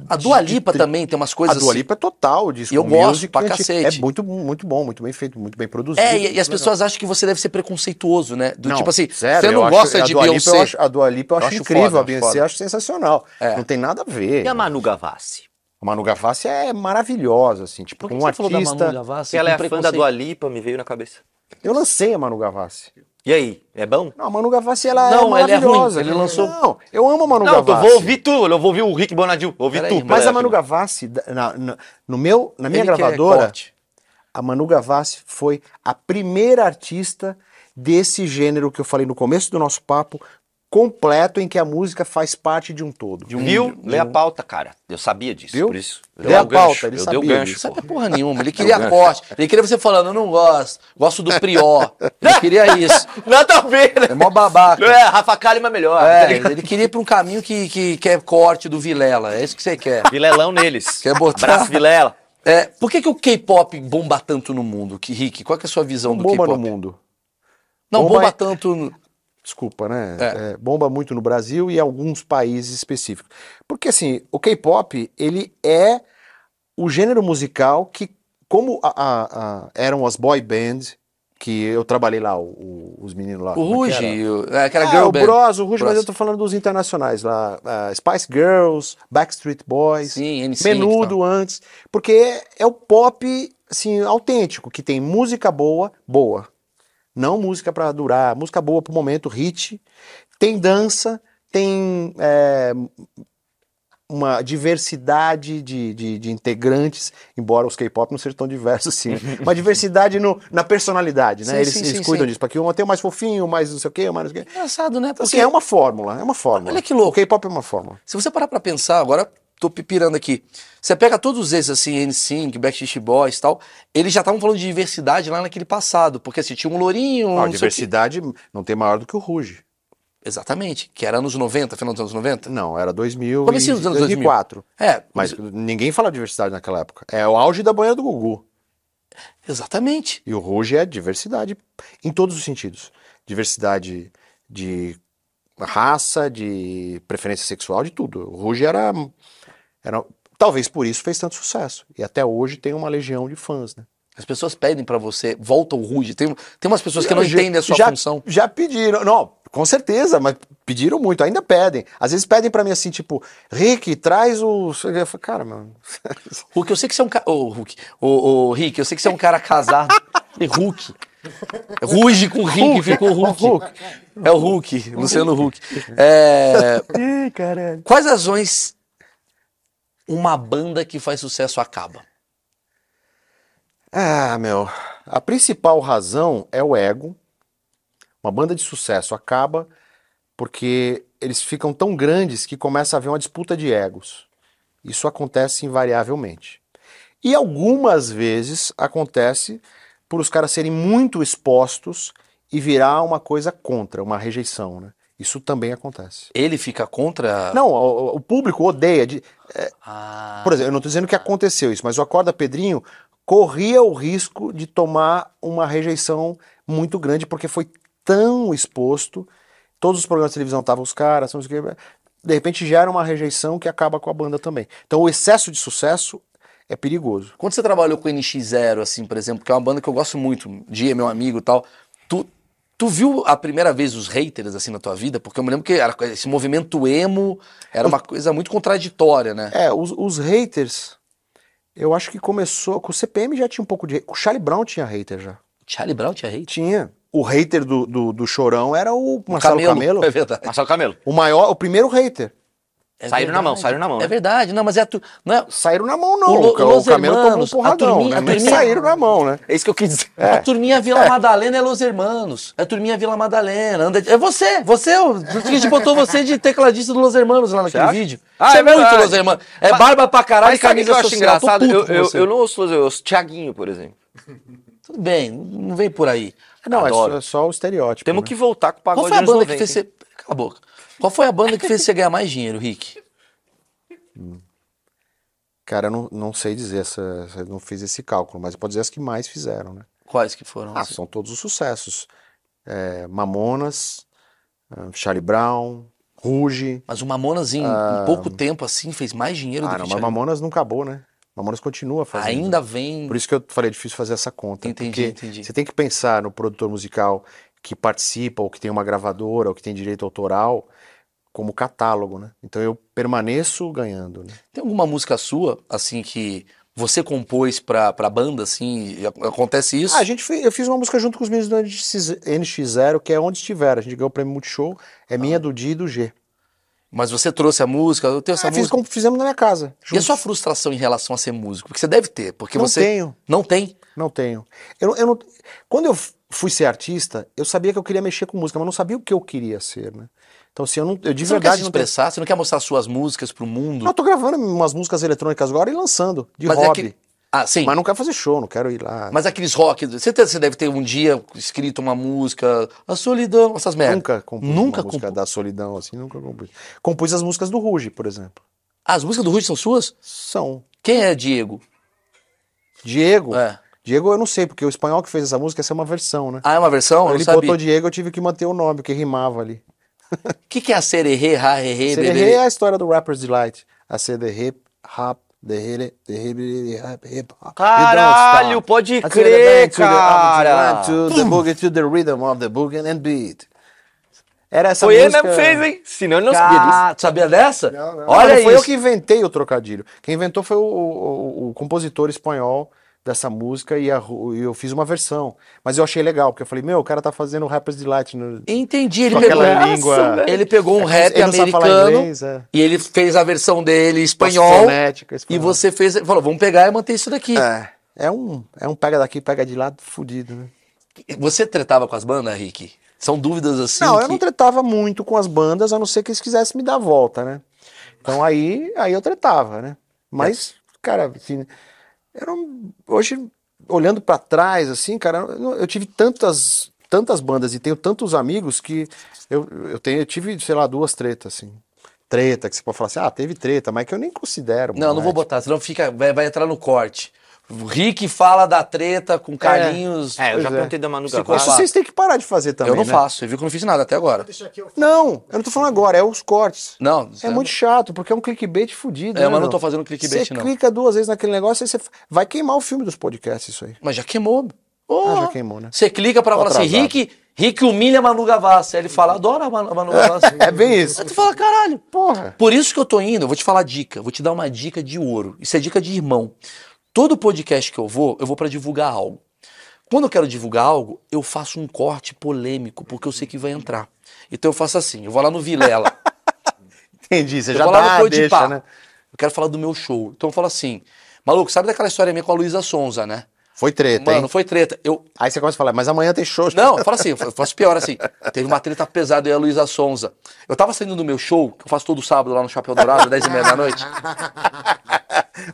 A: A Dua
B: de- de
A: Lipa
B: tri-
A: também tem umas coisas
B: a Dua
A: assim.
B: Lipa é total, o disco
A: E eu
B: music.
A: gosto pra
B: anti-
A: cacete.
B: É muito, muito bom, muito bem feito, muito bem produzido.
A: É, e, e as
B: Legal.
A: pessoas acham que você deve ser preconceituoso, né? Do
B: Não,
A: tipo assim,
B: sério,
A: você
B: eu
A: não
B: acho-
A: gosta
B: a
A: de
B: Dua Lipa, eu
A: Beyoncé.
B: acho- A Dua Lipa eu,
A: Eu
B: acho
A: acho
B: incrível,
A: foda, eu
B: a
A: acho
B: Beyoncé
A: foda.
B: eu acho sensacional.
A: É.
B: Não tem nada a ver.
C: E a Manu Gavassi?
B: A Manu Gavassi é maravilhosa, assim, tipo,
D: Por que
B: um
D: você falou da Manu
B: artista.
D: Gavassi?
E: Ela é
D: Com
E: a fã da
D: preconceito?
E: Dua Lipa, me veio na cabeça.
B: Eu lancei a Manu Gavassi.
E: E aí, é bom?
B: Não, a Manu Gavassi ela
A: Não,
B: é
A: ela é ruim,
B: maravilhosa.
A: ele lançou-
B: Não, eu amo a Manu
E: Não, eu
B: Gavassi.
E: vou ouvir tu, eu vou ouvir o Rick Bonadil, vou ouvir
A: Peraí,
E: tu.
B: Mas
E: Pelé,
B: a Manu
E: acho.
B: Gavassi, da- na, na- no meu, na minha
A: Ele quer
B: gravadora,
A: corte.
B: a Manu Gavassi foi a primeira artista desse gênero que eu falei no começo do nosso papo, completo, em que a música faz parte de um todo.
C: Viu? Lê a pauta, cara. Eu sabia disso,
B: Viu?
C: por isso. Eu
B: Lê
C: dei
B: a
C: o gancho,
B: pauta, ele
C: Eu
B: sabia
C: dei o gancho,
B: disso.
C: pô.
A: Sabe porra nenhuma, ele queria corte. Ele queria você falando, eu não gosto, gosto do Prior.
B: [laughs]
A: Ele queria isso.
E: [laughs] Nada a ver,
A: É
E: né?
A: mó
E: Não
A: babaca.
E: é, Rafa Kalimann é melhor. tá
A: É,
E: ligado?
A: ele queria ir pra um caminho que, que, que é corte do Vilela. É isso que você quer.
E: Vilelão neles.
A: Quer botar?
E: Abraço, Vilela.
A: É, por que, que o K-pop bomba tanto no mundo? Que, Rick, qual que é a sua visão do
B: bomba
A: K-pop?
B: no mundo.
A: Não, bomba,
B: Bomba é-
A: tanto. no-
B: Desculpa, né? É, bomba muito no Brasil e alguns países específicos. Porque assim, o K-pop, ele é o gênero musical que, como a- a- a- eram as boy bands, que eu trabalhei lá, o- o- os meninos lá.
A: O
B: como é que
A: Ruge,
B: era?
A: o- é, aquela
B: Ah,
A: girl
B: o
A: band.
B: Bros, o Ruge, mas
A: Bros.
B: eu tô falando dos internacionais lá. ah, Spice Girls, Backstreet Boys,
A: Sim, NSYNC,
B: Menudo antes. Porque é, é o pop, assim, autêntico, que tem música boa, boa. Não música pra durar, música boa pro momento, hit. Tem dança, tem é, uma diversidade de, de- de integrantes, embora os K-pop não sejam tão diversos assim. né? Uma diversidade no- na personalidade, né?
A: Sim,
B: eles
A: sim,
B: eles
A: sim,
B: cuidam
A: sim.
B: disso, para que um tem o mais fofinho, o mais não sei o quê, o mais não sei o quê.
A: Engraçado, né?
B: Então,
A: Porque
B: assim, é uma fórmula, é uma fórmula.
A: Olha que louco.
B: O K-pop é uma fórmula.
A: se você parar pra pensar, agora tô pipirando aqui. Você pega todos esses, assim, NSYNC, Backstreet Boys e tal, eles já estavam falando de diversidade lá naquele passado, porque assim, tinha um lourinho...
B: a
A: não sei o quê.
B: diversidade não tem maior do que o Ruge.
A: Exatamente, que era anos 90, final dos anos 90.
B: Não, era 2000
A: Comecinho
B: e
A: dos anos 2000.
B: 2004.
A: É,
B: Mas ninguém fala diversidade naquela época. É o auge da banheira do Gugu.
A: exatamente.
B: E o Ruge é diversidade em todos os sentidos. Diversidade de raça, de preferência sexual, de tudo. O Ruge era, era... Talvez por isso fez tanto sucesso. E até hoje tem uma legião de fãs, né?
A: As pessoas pedem pra você, volta ao rude. Tem, tem umas pessoas que não
B: Eu já-
A: entendem a sua
B: já-
A: função.
B: Já pediram, não, com certeza, mas pediram muito, ainda pedem. Às vezes pedem pra mim assim, tipo, Rick, traz o. Eu falo, cara, mano.
A: Hulk, eu sei que você é um cara. Ô, Hulk. Ô, ô, Rick, eu sei que você é um cara [laughs] casado. E Hulk. Ruge com Rick, ficou Hulk. É o Hulk, Luciano Hulk. É,
B: Ih, caralho.
A: Quais razões uma banda que faz sucesso acaba?
B: Ah, meu. A principal razão é o ego. Uma banda de sucesso acaba porque eles ficam tão grandes que começa a haver uma disputa de egos. Isso acontece invariavelmente. E algumas vezes acontece por os caras serem muito expostos e virar uma coisa contra, uma rejeição, né? Isso também acontece.
A: Ele fica contra.
B: Não, o, o público odeia. de-
A: Ah,
B: por exemplo, eu não estou dizendo que aconteceu isso, mas o Acorda Pedrinho corria o risco de tomar uma rejeição muito grande, porque foi tão exposto. Todos os programas de televisão estavam os caras, não sei o quê. de repente gera uma rejeição que acaba com a banda também. Então o excesso de sucesso é perigoso.
A: Quando você trabalhou com o NX0, assim, por exemplo, que é uma banda que eu gosto muito, Dia, meu amigo e tal, tu, tu viu a primeira vez os haters, assim, na tua vida? Porque eu me lembro que era- esse movimento emo era uma coisa muito contraditória, né?
B: É, os, os haters, eu acho que começou. Com o CPM já tinha um pouco de. O Charlie Brown tinha hater já.
A: Charlie Brown tinha hate?
B: Tinha. O hater do, do, do Chorão era o Marcelo Camelo.
A: É verdade.
C: Marcelo Camelo.
B: O maior, o primeiro hater.
A: É
C: Saíram na mão, saíram na mão,
A: É
C: né?
A: verdade, não, mas é tu. Não é,
B: Saíram na mão, não.
A: O
B: O,
A: Lo-
B: Ca-
A: o
B: o
A: Los
B: Camelo tomou um
A: Hermanos, a
B: porradão,
A: turminha-
B: né?
A: a
B: Mas
A: turminha-
B: saíram na mão, né?
C: É isso que eu quis dizer.
A: A turminha Vila Madalena é Los Hermanos. A turminha Vila Madalena. Anda de- É você, você é o. que A gente botou você de tecladista do Los Hermanos lá naquele
C: acha?
A: vídeo.
C: Ah,
A: você
C: é
A: é, muito
C: verdade.
A: Los Hermanos. É barba pra caralho e
C: Mas sabe o
A: camisa
C: que eu acho
A: social. Tô
C: engraçado?
A: puto
C: Eu,
A: com
C: eu-
A: você.
C: eu não ouço os eu ouço Thiaguinho, por exemplo.
A: Tudo bem, não vem por aí.
B: Não, é
A: Adoro.
B: só, é só o estereótipo.
C: Temos
B: né?
C: que voltar com o pagode
A: Qual foi a
C: anos
A: banda que
C: 90,
A: fez você. Cala a boca. Qual foi a banda que fez você ganhar mais dinheiro, Rick?
B: Cara, eu não, não sei dizer, essa, essa- eu não fiz esse cálculo, mas eu posso dizer as que mais fizeram, né?
A: Quais que foram? assim?
B: Ah, são todos os sucessos. É, Mamonas, ah, Charlie Brown, Ruge.
A: Mas o Mamonas em,
C: ah.
A: em pouco tempo assim fez mais dinheiro
B: Ah,
A: do
B: não,
A: que
B: mas
A: Charlie.
B: Mamonas não acabou, né? Mamonas continua fazendo.
A: Ainda vem.
B: Por isso que eu falei, é difícil fazer essa conta.
A: Entendi,
B: porque
A: entendi.
B: Você tem que pensar no produtor musical que participa, ou que tem uma gravadora, ou que tem direito autoral, como catálogo, né? Então eu permaneço ganhando. Né?
A: Tem alguma música sua, assim, que você compôs pra, pra banda, assim, e ac- acontece isso?
B: Ah, a gente fez, eu fiz uma música junto com os meninos do NX, NX0, que é Onde Estiver. A gente ganhou o prêmio Multishow. É minha, do Di e do G.
A: Mas você trouxe a música, eu tenho essa
B: Ah, fiz
A: música.
B: como fizemos na minha casa.
A: E a
B: juntos.
A: sua frustração em relação a ser músico? Porque você deve ter, porque
B: Não
A: você...
B: tenho.
A: Não tem?
B: Não tenho. Eu, não- eu não, quando eu f- fui ser artista, eu sabia que eu queria mexer com música, mas não sabia o que eu queria ser, né? Então, assim, eu, não, eu de
A: você não quer
B: verdade
A: se
B: não tenho-
A: expressar? Você não quer mostrar suas músicas pro mundo?
B: Não, eu tô gravando umas músicas eletrônicas agora e lançando, de
A: Mas é
B: hobby.
A: que- Ah, sim.
B: Mas não quero fazer show, não quero ir lá.
A: Mas aqueles rock... Você, te- você deve ter um dia escrito uma música... A solidão, essas merdas.
B: nunca compus
A: é, Nunca
B: uma música
A: compus.
B: da solidão, assim, nunca compus. Compus as músicas do Ruge, por exemplo.
A: Ah, as músicas do Ruth são suas?
B: São.
A: Quem é Diego?
B: Diego.
A: É.
B: Diego eu não sei, porque o espanhol que fez essa música, essa é uma versão, né?
A: Ah, é uma versão? Eu
B: Ele
A: não sabia.
B: botou Diego, eu tive que manter o nome, porque rimava ali.
A: O que, que é a sererê, ra, rerê,
B: CDR
A: bererê?
B: é a história do Rapper's Delight. A CDR, rap, derrere, derrere, rap, hip hop.
C: Caralho, pode crer, cara.
B: To the boogie, to the rhythm of the boogie and beat. Era essa
C: Foi ele
B: música...
C: mesmo que fez, hein? Senão ele não sabia disso.
A: Ah, tu sabia dessa?
B: Olha,
A: Olha
B: não foi
A: isso.
B: eu que inventei o trocadilho. Quem inventou foi o, o- o- o compositor espanhol dessa música e, a Ru- e eu fiz uma versão. Mas eu achei legal, porque eu falei, meu, o cara tá fazendo Rapper's Delight. No...
A: Entendi, ele
B: Com
A: pegou,
B: aquela língua- velho.
A: ele pegou um rap
B: Ele É não sabe falar
A: americano
B: inglês, é.
A: e ele fez a versão dele
B: Com
A: espanhol
B: fonética,
A: e
B: espanhol.
A: você fez, falou, vamos pegar e manter isso daqui.
B: né? É, é um, é um pega daqui, pega de lado, fudido, né?
A: Você tretava com as bandas, Rick? São dúvidas assim
B: Não,
A: que...
B: eu não tretava muito com as bandas, a não ser que eles quisessem me dar a volta, né? Então aí, aí eu tretava, né? Mas, cara, assim, eu não- hoje, olhando pra trás, assim, cara, eu, não- eu tive tantas, tantas bandas e tenho tantos amigos que eu, eu, tenho, eu tive, sei lá, duas tretas, assim. Treta, que você pode falar assim, ah, teve treta, mas que eu nem considero.
A: Não, não vou
B: botar.
A: botar, senão fica, vai, vai entrar no corte. O Rick fala da treta com Carlinhos.
C: É, eu já
B: Pois é.
C: perguntei da Manu
B: Isso
C: Gavassi.
B: vocês têm que parar de fazer também.
A: eu não
B: né?
A: faço, eu vi que eu não fiz nada até agora.
B: Não, eu não tô falando agora, é os cortes.
A: Não,
B: É muito chato, porque é um clickbait fudido.
A: É,
B: né,
A: mas não
B: meu?
A: tô fazendo clickbait,
B: Você
A: não.
B: clica duas vezes naquele negócio e você f- vai queimar o filme dos podcasts, isso aí.
A: é- Mas já queimou. Porra.
B: Ah, já queimou, né?
A: Você clica pra
B: Tô
A: falar assim,
B: atrasado.
A: Rick, Rick humilha Manu Gavassi. Aí ele fala, adora a Manu, a
B: [laughs]
A: Manu Gavassi.
B: É bem isso.
A: Aí tu fala, caralho.
B: Porra.
A: Por isso que eu tô indo, eu vou te falar a dica, vou te dar uma dica de ouro. Isso é dica de irmão. Todo podcast que eu vou, eu vou pra divulgar algo. Quando eu quero divulgar algo, eu faço um corte polêmico, porque eu sei que vai entrar. Então eu faço assim, eu vou lá no Vilela.
B: Entendi, você
A: Eu vou lá no Podpah.
B: né?
A: Eu quero falar do meu show. Então eu falo assim, maluco, sabe daquela história minha com a Luísa Sonza, né?
B: Foi treta,
A: Mano,
B: hein?
A: foi treta. Eu,
B: Aí você começa a falar, mas amanhã tem show.
A: Não, fala assim, eu faço pior assim. Teve uma treta pesada, eu e a Luísa Sonza. Eu tava saindo do meu show, que eu faço todo sábado lá no Chapéu Dourado, 10 e meia da noite.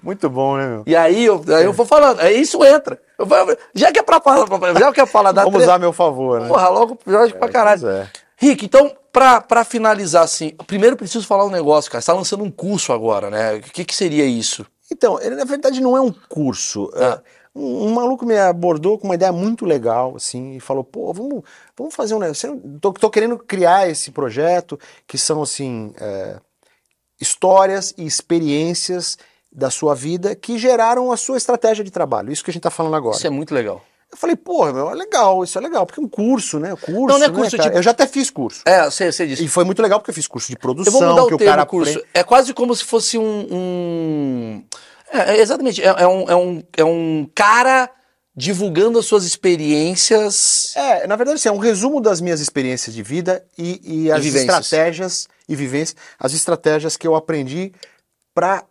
B: Muito bom, né, meu?
A: E aí eu, aí eu vou falando, aí isso entra. Eu falo, já que é pra falar, já que é pra falar da
B: Vamos
A: treta,
B: usar a meu favor, né?
A: porra, logo lógico pra caralho.
B: pois é.
A: Rick, então, pra, pra finalizar assim, primeiro eu preciso falar um negócio, cara. Você tá lançando um curso agora, né? O que que seria isso?
B: Então, ele na verdade não é um curso. É,
A: Ah.
B: um, um maluco me abordou com uma ideia muito legal, assim, e falou: pô, vamos, vamos fazer um negócio. Você não- Tô, tô querendo criar esse projeto que são, assim, é, histórias e experiências da sua vida que geraram a sua estratégia de trabalho. Isso que a gente tá falando agora.
A: Isso é muito legal.
B: Eu falei, porra, meu, é legal, isso é legal, porque é um curso, né? Curso,
A: Não, não é
B: né,
A: curso,
B: cara?
A: tipo-
B: Eu já até fiz curso.
A: É, você, você disse.
B: E foi muito legal porque eu fiz curso de
A: Eu
B: produção,
A: vou mudar
B: que
A: o
B: o
A: termo
B: cara
A: do curso.
B: aprende-
A: É quase como se fosse um. um- É, é exatamente. É, é um, é, um, é um cara divulgando as suas experiências.
B: É, na verdade, assim, é um resumo das minhas experiências de vida e, e as
A: vivências.
B: estratégias e vivências, as estratégias que eu aprendi para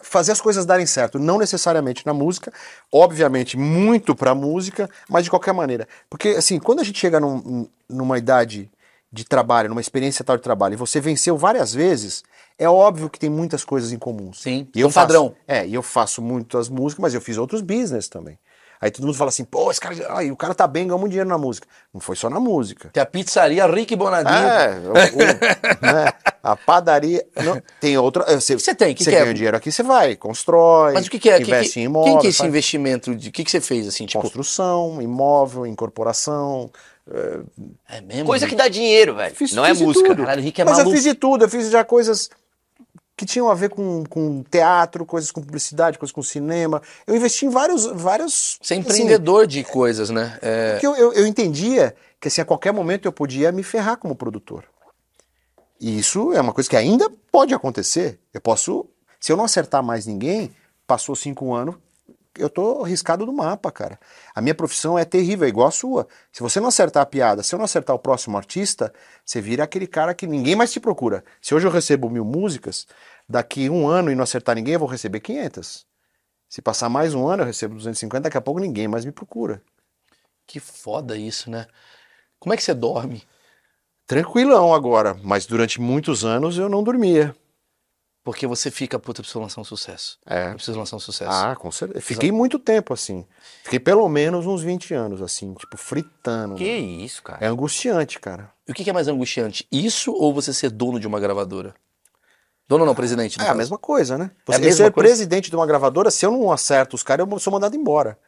B: fazer as coisas darem certo, não necessariamente na música, obviamente muito para música, mas de qualquer maneira, porque assim, quando a gente chega num- numa idade de trabalho, numa experiência tal de trabalho, e você venceu várias vezes, é óbvio que tem muitas coisas em comum.
A: Sim,
B: e eu
A: um padrão.
B: Faço, é, e eu faço muitas músicas, mas eu fiz outros business também. Aí todo mundo fala assim, pô, esse cara, ai, o cara tá bem, ganhou muito dinheiro na música. Não foi só na música.
A: Tem a pizzaria Rick Bonadinho.
B: É, o-
A: [laughs]
B: o- né, a padaria. não, tem outra. eh, Você,
A: Você tem, que
B: você
A: que é?
B: ganha dinheiro aqui, você vai, constrói,
A: Mas o que, que é? Que- que-
B: investe em imóvel,
A: quem que é esse
B: faz
A: investimento? de- O que, que você fez assim? Tipo,
B: construção, imóvel, incorporação.
A: é mesmo?
C: Coisa que dá dinheiro, velho.
B: Fiz-
C: não é
B: fiz de
C: música.
B: tudo.
A: Caralho, o Rick é
B: Mas
A: maluco.
B: eu fiz de tudo, eu fiz já coisas que tinham a ver com, com teatro, coisas com publicidade, coisas com cinema. Eu investi em vários. vários
A: Você é
B: assim,
A: empreendedor de coisas, né? É,
B: Porque eu, eu, eu entendia que assim, a qualquer momento eu podia me ferrar como produtor. E isso é uma coisa que ainda pode acontecer. Eu posso. Se eu não acertar mais ninguém, passou cinco anos, eu tô riscado do mapa, cara. A minha profissão é terrível, é igual a sua. Se você não acertar a piada, se eu não acertar o próximo artista, você vira aquele cara que ninguém mais te procura. Se hoje eu recebo mil músicas, daqui um ano e não acertar ninguém, eu vou receber 500. Se passar mais um ano, eu recebo 250, daqui a pouco ninguém mais me procura.
A: Que foda isso, né? Como é que você dorme?
B: tranquilão agora, mas durante muitos anos eu não dormia.
A: Porque você fica, puta, eu preciso lançar um sucesso. Eu
B: É.
A: preciso lançar um sucesso.
B: Ah, com certeza. Fiquei muito tempo assim. Fiquei pelo menos uns 20 anos assim, tipo, fritando.
C: Que isso, cara.
B: É angustiante, cara.
A: E o que que é mais angustiante? Isso ou você ser dono de uma gravadora? Dono não, presidente. no
B: É a
A: caso.
B: mesma coisa, né?
A: É a
B: Você,
A: mesma
B: ser
A: coisa?
B: presidente de uma gravadora, se eu não acerto os caras, eu sou mandado embora.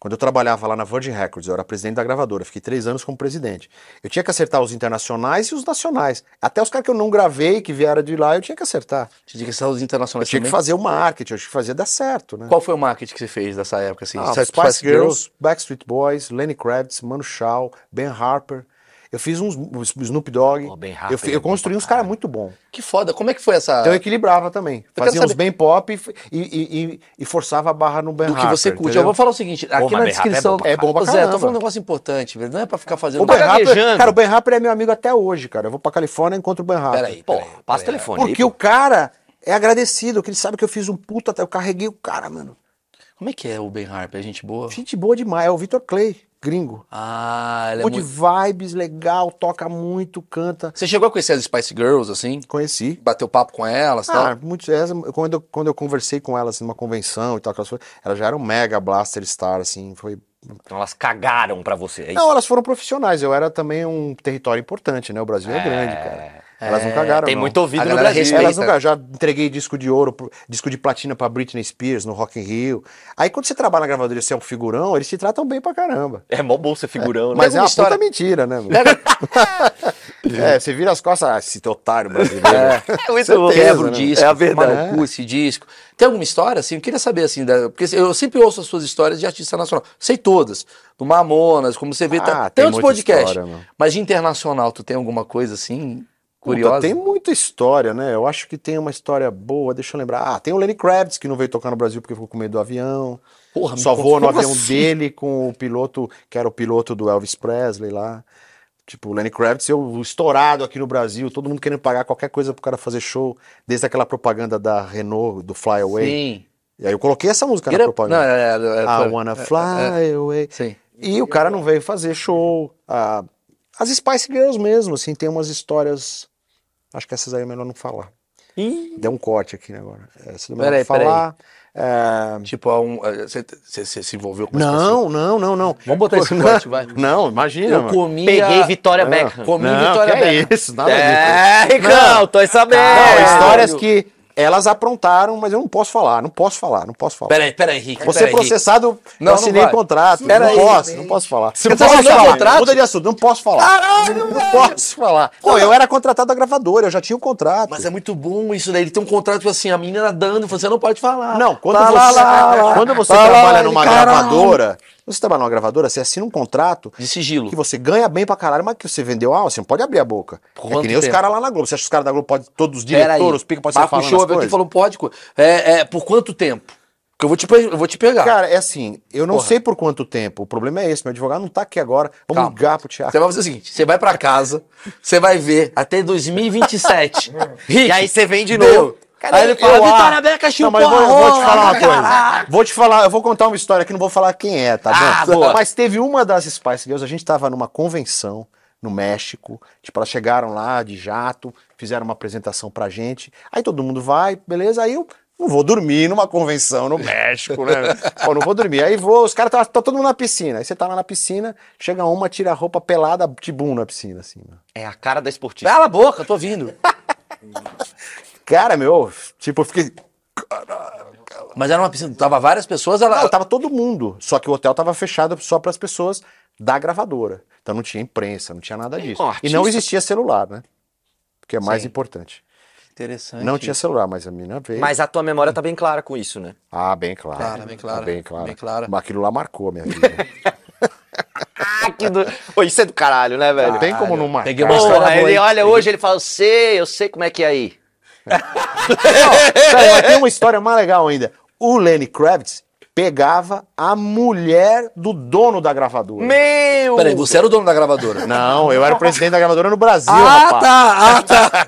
B: Quando eu trabalhava lá na Virgin Records, eu era presidente da gravadora, fiquei três anos como presidente. Eu tinha que acertar os internacionais e os nacionais. Até os caras que eu não gravei, que vieram de lá, eu tinha que acertar.
A: Te diga que os
B: Eu
A: internacionais
B: tinha que
A: também.
B: fazer o marketing, eu tinha que fazer dar certo, né?
A: Qual foi o marketing que você fez dessa época, assim?
B: Ah,
A: Sabe,
B: Spice, Girls, Backstreet Boys, Lenny Kravitz, Mano Chao, Ben Harper. Eu fiz uns o Snoop Dogg.
C: Pô, Ben
B: Eu
C: Harper
B: fi-
C: é
B: eu,
C: bom
B: construí
C: pra
B: uns caras
C: caralho.
B: muito bons.
A: Que foda. Como é que foi essa...
B: Então eu equilibrava também.
A: quero
B: Fazia uns
A: saber-
B: bem pop e, e- e- e forçava a barra no Ben
A: do que
B: Harper.
A: você curte.
B: entendeu?
A: Eu vou falar o seguinte, aqui
C: mas
A: na
C: Ben Harper é
A: descrição...
C: bom pra
B: É bom pra
A: Zé, tô
B: caramba.
A: falando um negócio importante, velho. Não é pra ficar fazendo...
B: O Ben Harper,
C: gaguejando.
B: cara, o Ben Harper é meu amigo até hoje, cara. Eu vou pra Califórnia e encontro o Ben Harper.
A: Peraí,
C: Pô,
A: peraí.
C: passa o
A: peraí.
C: telefone
B: É. Porque
C: aí.
B: o cara é agradecido, que ele sabe que eu fiz um puta... Eu carreguei o cara, mano.
A: Como é que é o Ben Harper? É gente boa?
B: Gente boa demais. É o Victor Clay, gringo.
A: Ah, ele é
B: Pô, de
A: muito...
B: vibes, legal, toca muito, canta.
A: Você chegou a conhecer as Spice Girls, assim?
B: Conheci.
A: Bateu papo com elas e
B: Ah,
A: tal?
B: muitos, essa- quando, eu, quando eu conversei com ela assim, numa convenção e tal, aquelas coisas, elas já eram mega blaster star, assim, foi...
C: Então elas cagaram pra você. É isso.
B: Não, elas foram profissionais, eu era também um território importante, né, o Brasil é, grande, cara. Elas não cagaram,
C: Tem
B: não.
C: muito ouvido
A: A
C: no
A: galera
C: Brasil.
A: respeita.
B: Elas nunca, já entreguei disco de ouro, pro- disco de platina pra Britney Spears no Rock in Rio. Aí quando você trabalha na gravadora e você é um figurão, eles te tratam bem pra caramba.
C: É mó bom ser figurão, né?
B: Mas
A: uma
B: é uma
A: história-
B: puta mentira, né? meu? [laughs] é, você vira as costas, ah, esse otário brasileiro.
C: É [laughs] muito
B: Certeza,
C: bom.
A: quebra o
B: né?
A: disco,
C: É a
A: toma
C: verdade.
A: no cu esse disco. Tem alguma história, assim? Eu queria saber, assim, da- porque eu sempre ouço as suas histórias de artista nacional. Sei todas. Do Mamonas, como você vê, tá-
B: Ah,
A: tem
B: tem
A: outros
B: muita
A: podcasts.
B: história, meu.
A: Mas de internacional, tu tem alguma coisa, assim,
B: Puta,
A: curiosa?
B: tem muita história, né? Eu acho que tem uma história boa, deixa eu lembrar. Ah, tem o Lenny Kravitz que não veio tocar no Brasil porque ficou com medo do avião.
A: Porra, Ah, me
B: Só
A: conta,
B: voou no
A: como
B: avião
A: assim?
B: dele com o piloto, que era o piloto do Elvis Presley lá. Tipo, o Lenny Kravitz, eu estourado aqui no Brasil, todo mundo querendo pagar qualquer coisa pro cara fazer show, desde aquela propaganda da Renault, do Fly Away.
A: Sim.
B: E aí eu coloquei essa música na
A: Get up- Não,
B: propaganda. Ah,
A: é, é, é,
B: I
A: foi-
B: wanna
A: é,
B: fly
A: é,
B: away.
A: Sim.
B: E o cara não veio fazer show. Ah, as Spice Girls mesmo, assim, tem umas histórias. Acho que essas aí é melhor não falar. Deu um corte aqui né, agora. Essa é melhor
A: Peraí,
B: não falar. É,
A: Tipo, você se envolveu com essa pessoa?
B: Não, não, não, não.
A: Vamos botar esse corte, vai.
B: Não, imagina.
A: Eu
B: mano.
A: comia... Ah.
C: Peguei Vitória Beckham.
A: Comi
B: não,
A: Vitória
B: que
A: Beckham.
B: É isso, nada disso.
C: É, Ricão, tô sabendo.
A: É.
B: Não, histórias que elas aprontaram, mas eu não posso falar, não posso falar, não posso falar.
A: Peraí, peraí, Henrique.
B: Você é
A: peraí,
B: processado,
A: Não,
B: não, assinei
A: não vai.
B: contrato.
A: Pera
B: não
A: aí.
B: posso, não posso falar.
A: Você
B: Quer dizer,
A: assinou
B: não,
A: contrato?
B: Muda de assunto, não posso falar. não posso falar. Pô, eu era contratado da gravadora, eu já tinha o contrato.
A: Mas é muito bom isso daí. Ele tem um contrato, tipo assim, a menina nadando, você não pode falar.
B: Não, quando
A: Lá,
B: você,
A: Tá lá, lá, lá, Tá
B: quando você
A: lá, lá,
B: trabalha
A: ele,
B: numa
A: caralho.
B: gravadora, você trabalha numa gravadora, você assina um contrato
A: De sigilo.
B: que você ganha bem pra caralho, mas que você vendeu alma, você não pode abrir a boca. é
A: quanto
B: que nem os
A: tempo?
B: caras lá na Globo. Você acha que os caras da Globo podem, todos os
A: Pera aí.
B: diretores, os picos, podem ser
A: Marco
B: falando
A: Schober
B: as
A: aqui
B: coisas?
A: falou, pode. co- É, é, por quanto tempo? Porque eu vou te, pe- eu vou te pegar.
B: Cara, é assim, eu não
A: Porra.
B: sei por quanto tempo. O problema é esse, meu advogado não tá aqui agora. Vamos
A: Calma.
B: ligar pro Thiago.
A: Você vai fazer o seguinte: você vai pra casa, você vai ver até
B: [laughs]
A: 2027. Rick,
C: E aí você vem de novo.
A: Aí ele fala,
B: Eu, ah,
A: Vitória Beca
B: Não,
A: chupou
B: mas
A: a
B: vou, vou te
A: rola,
B: falar uma
A: caralho."
B: coisa. Vou te falar, eu vou contar uma história que não vou falar quem é, tá
A: Ah,
B: bom?
A: boa.
B: Mas teve uma das Spice Girls, a gente tava numa convenção no México, tipo, elas chegaram lá de jato, fizeram uma apresentação pra gente. Aí todo mundo vai, beleza? Aí eu não vou dormir numa convenção no México, [laughs] né? Pô, não vou dormir. Aí vou, os caras tá, tá todo mundo na piscina. Aí você tá lá na piscina, chega uma, tira a roupa pelada, tibum na piscina, assim. né?
C: [laughs] É a cara da esportista.
A: Cala a boca, eu tô ouvindo.
B: Cara, meu, tipo, eu fiquei.
A: Mas era uma piscina, tava várias pessoas, ela.
B: Não, tá. tava todo mundo. Só que o hotel tava fechado só para as pessoas da gravadora. Então não tinha imprensa, não tinha nada disso.
C: um
B: E
C: artista.
B: não existia celular, né? Que é mais importante.
A: Interessante.
B: Não tinha celular, mas a menina veio.
C: Mas a tua memória tá bem clara com isso, né?
B: Ah, bem claro.
A: Clara, bem clara,
B: Bem claro.
A: bem clara.
B: Mas aquilo lá marcou a
A: [laughs]
B: minha vida.
C: Ah, que do... Ô, isso é do caralho, né, velho?
B: Não tem como não marcar.
A: Peguei uma
B: Não,
A: história
C: Porra,
A: boa,
C: ele
A: hein?
C: olha hoje, ele fala, eu sei, eu sei como é que é aí.
B: cara, mas tem uma história mais legal ainda. O Lenny Kravitz pegava a mulher do dono da gravadora.
C: Meu!
A: Peraí, você era o dono da gravadora.
B: Não, eu era o presidente da gravadora no Brasil,
A: Ah,
B: rapaz.
A: tá, ah,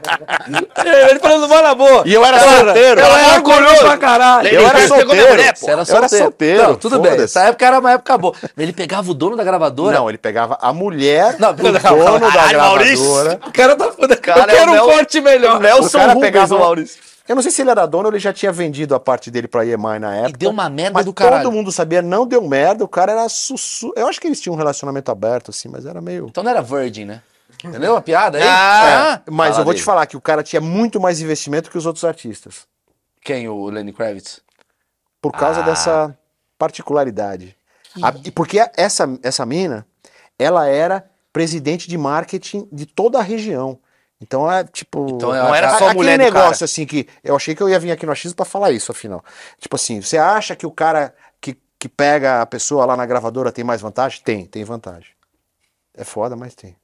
A: [laughs] tá. Ele falando, vai na boa.
B: E eu era
A: Cara,
B: solteiro.
A: Eu era
B: Agora
A: orgulhoso pra caralho.
B: Eu era solteiro.
A: Você era
B: Eu era
A: solteiro.
B: solteiro,
A: Não, tudo bem.
B: foda-se.
A: Essa época era uma época boa. Ele pegava o dono da gravadora.
B: Não, ele pegava a mulher
A: Não,
B: do dono
A: calma, calma.
B: da
C: Caralho,
B: gravadora.
A: O cara tá foda.
C: Cara,
A: eu quero
C: é o
A: um
C: Nel-
A: corte melhor.
B: O
C: Nelson
B: cara
C: Rubens,
B: pegava-
C: o um- Maurício.
B: Eu não sei se ele era dono ou ele já tinha vendido a parte dele pra EMI na época.
A: deu uma merda
B: mas
A: do caralho.
B: todo mundo sabia, não deu merda, o cara era sussu... Eu acho que eles tinham um relacionamento aberto, assim, mas era meio...
A: Então não era Virgin, né? Entendeu a piada aí?
C: Ah!
A: É.
B: Mas
C: Fala
B: eu vou te
C: dele.
B: falar que o cara tinha muito mais investimento que os outros artistas.
A: Quem, o Lenny Kravitz?
B: Por causa
C: Ah.
B: dessa particularidade. A- e porque a- essa, essa mina, ela era presidente de marketing de toda a região. Então é tipo.
A: Então, ela- Não
C: era
B: a-
C: só a
B: aquele
C: mulher do
B: negócio
C: cara.
B: assim que. Eu achei que eu ia vir aqui no Achismo pra falar isso, afinal. Tipo assim, você acha que o cara que, que pega a pessoa lá na gravadora tem mais vantagem? Tem, tem vantagem. É foda, mas tem.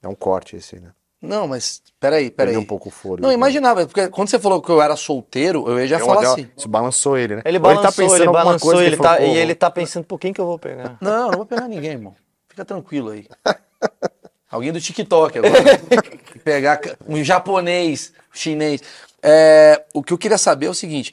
B: É um corte esse, né?
A: Não, mas peraí, peraí.
B: Perdi um pouco o fôlego. um
A: Não, imaginava, porque quando você falou que eu era solteiro, eu ia já
B: Deu uma-
A: falar
B: deu uma-
A: assim.
B: Se balançou ele, né?
C: Ele tá
B: Ou
C: balançou, ele,
B: alguma
C: balançou,
B: coisa que
C: ele
B: falou,
C: tá,
B: pô,
C: e ele tá pensando, por quem que eu vou pegar?
A: Não, não vou pegar ninguém, irmão. Fica tranquilo
B: [laughs]
A: aí. Alguém do TikTok agora.
B: [laughs]
A: Pegar ca- um japonês, chinês. É, o que eu queria saber é o seguinte: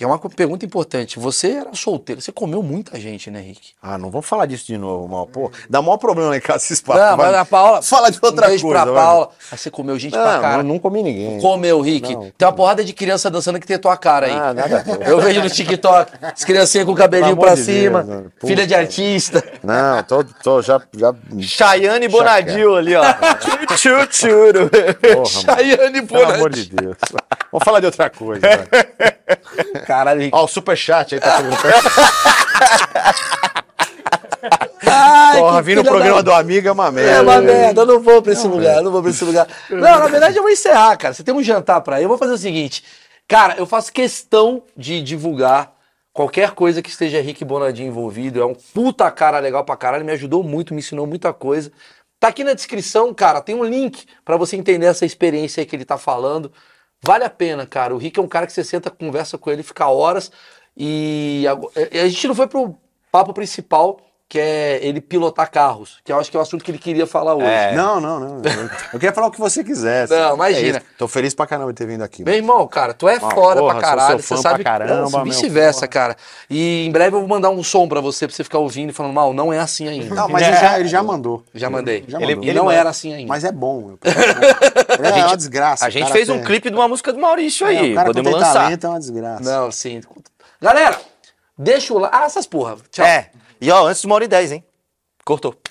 A: é uma co- pergunta importante. Você era solteiro, você comeu muita gente, né, Henrique?
B: Ah, não vamos falar disso de novo, mal. Pô, dá maior problema lá em casa esses papos.
A: não, mas
B: vai.
A: a Paula.
B: Fala de outra
A: um beijo
B: coisa.
A: pra
B: vai.
A: Paula. Mas você comeu gente pra
B: Não,
A: cara.
B: não, não comi ninguém.
A: Comeu, Rick.
B: Não.
A: Tem uma porrada de criança dançando que tem a tua cara aí.
B: Ah, nada a ver.
A: Eu vejo no TikTok. As criancinhas com o cabelinho
B: Pelo
A: pra
B: amor de
A: cima.
B: Deus, mano.
A: filha de
B: Puta.
A: artista.
B: Não, tô, tô já. já...
C: Chayane e Bonadil ali, [laughs] ó. tchu, tchu, tchuro.
B: Porra,
A: [laughs]
B: mano.
A: Chayane
B: Pelo
A: Bonadinho.
B: amor de Deus. Vamos falar de outra
A: [laughs]
B: coisa. vai.
A: Caralho, Rick.
B: Ó, o superchat aí tá perguntando.
A: Ai,
B: Porra,
A: que
B: vir no
A: filha da-
B: programa do Amigo é uma merda.
A: É uma merda, eu não vou pra esse lugar, eu não é. vou pra esse lugar. Não, na verdade eu vou encerrar, cara. Você tem um jantar pra ir. Eu vou fazer o seguinte. Cara, eu faço questão de divulgar qualquer coisa que esteja Rick Bonadinho envolvido. É um puta cara legal pra caralho, me ajudou muito, me ensinou muita coisa. Tá aqui na descrição, cara, tem um link pra você entender essa experiência aí que ele tá falando. Vale a pena, cara. O Rick é um cara que você senta, é, conversa com ele, fica horas. E ago- a a gente não foi pro papo principal, que é ele pilotar carros, que eu acho que é o assunto que ele queria falar hoje.
E: É.
B: Não, não, não. Eu, eu queria falar o que você quisesse.
A: Não, imagina.
B: É isso. Tô feliz pra caramba de ter vindo aqui.
A: Meu irmão, cara, tu é
B: Uma
A: fora pra
B: porra, sou
A: caralho,
B: seu fã
A: você sabe
B: pra caramba,
A: Não, se
B: meu,
A: vice-versa,
B: porra.
A: cara. E em breve eu vou mandar um som pra você, pra você ficar ouvindo e falando, mal, não é assim ainda.
B: Não, mas ele já, ele já mandou.
A: Já mandei.
B: Já
A: ele,
B: mandou.
A: ele não era assim ainda.
B: Mas é [laughs] bom. É uma desgraça.
C: A gente fez um clipe de uma música do Maurício aí.
B: o cara
C: podemos
B: que tem
C: lançar.
B: talento é uma desgraça.
A: Não, sim. Galera, deixa o like. Ah, essas porra. Tchau.
C: É. E ó, antes do uma hora e dez, hein? Cortou.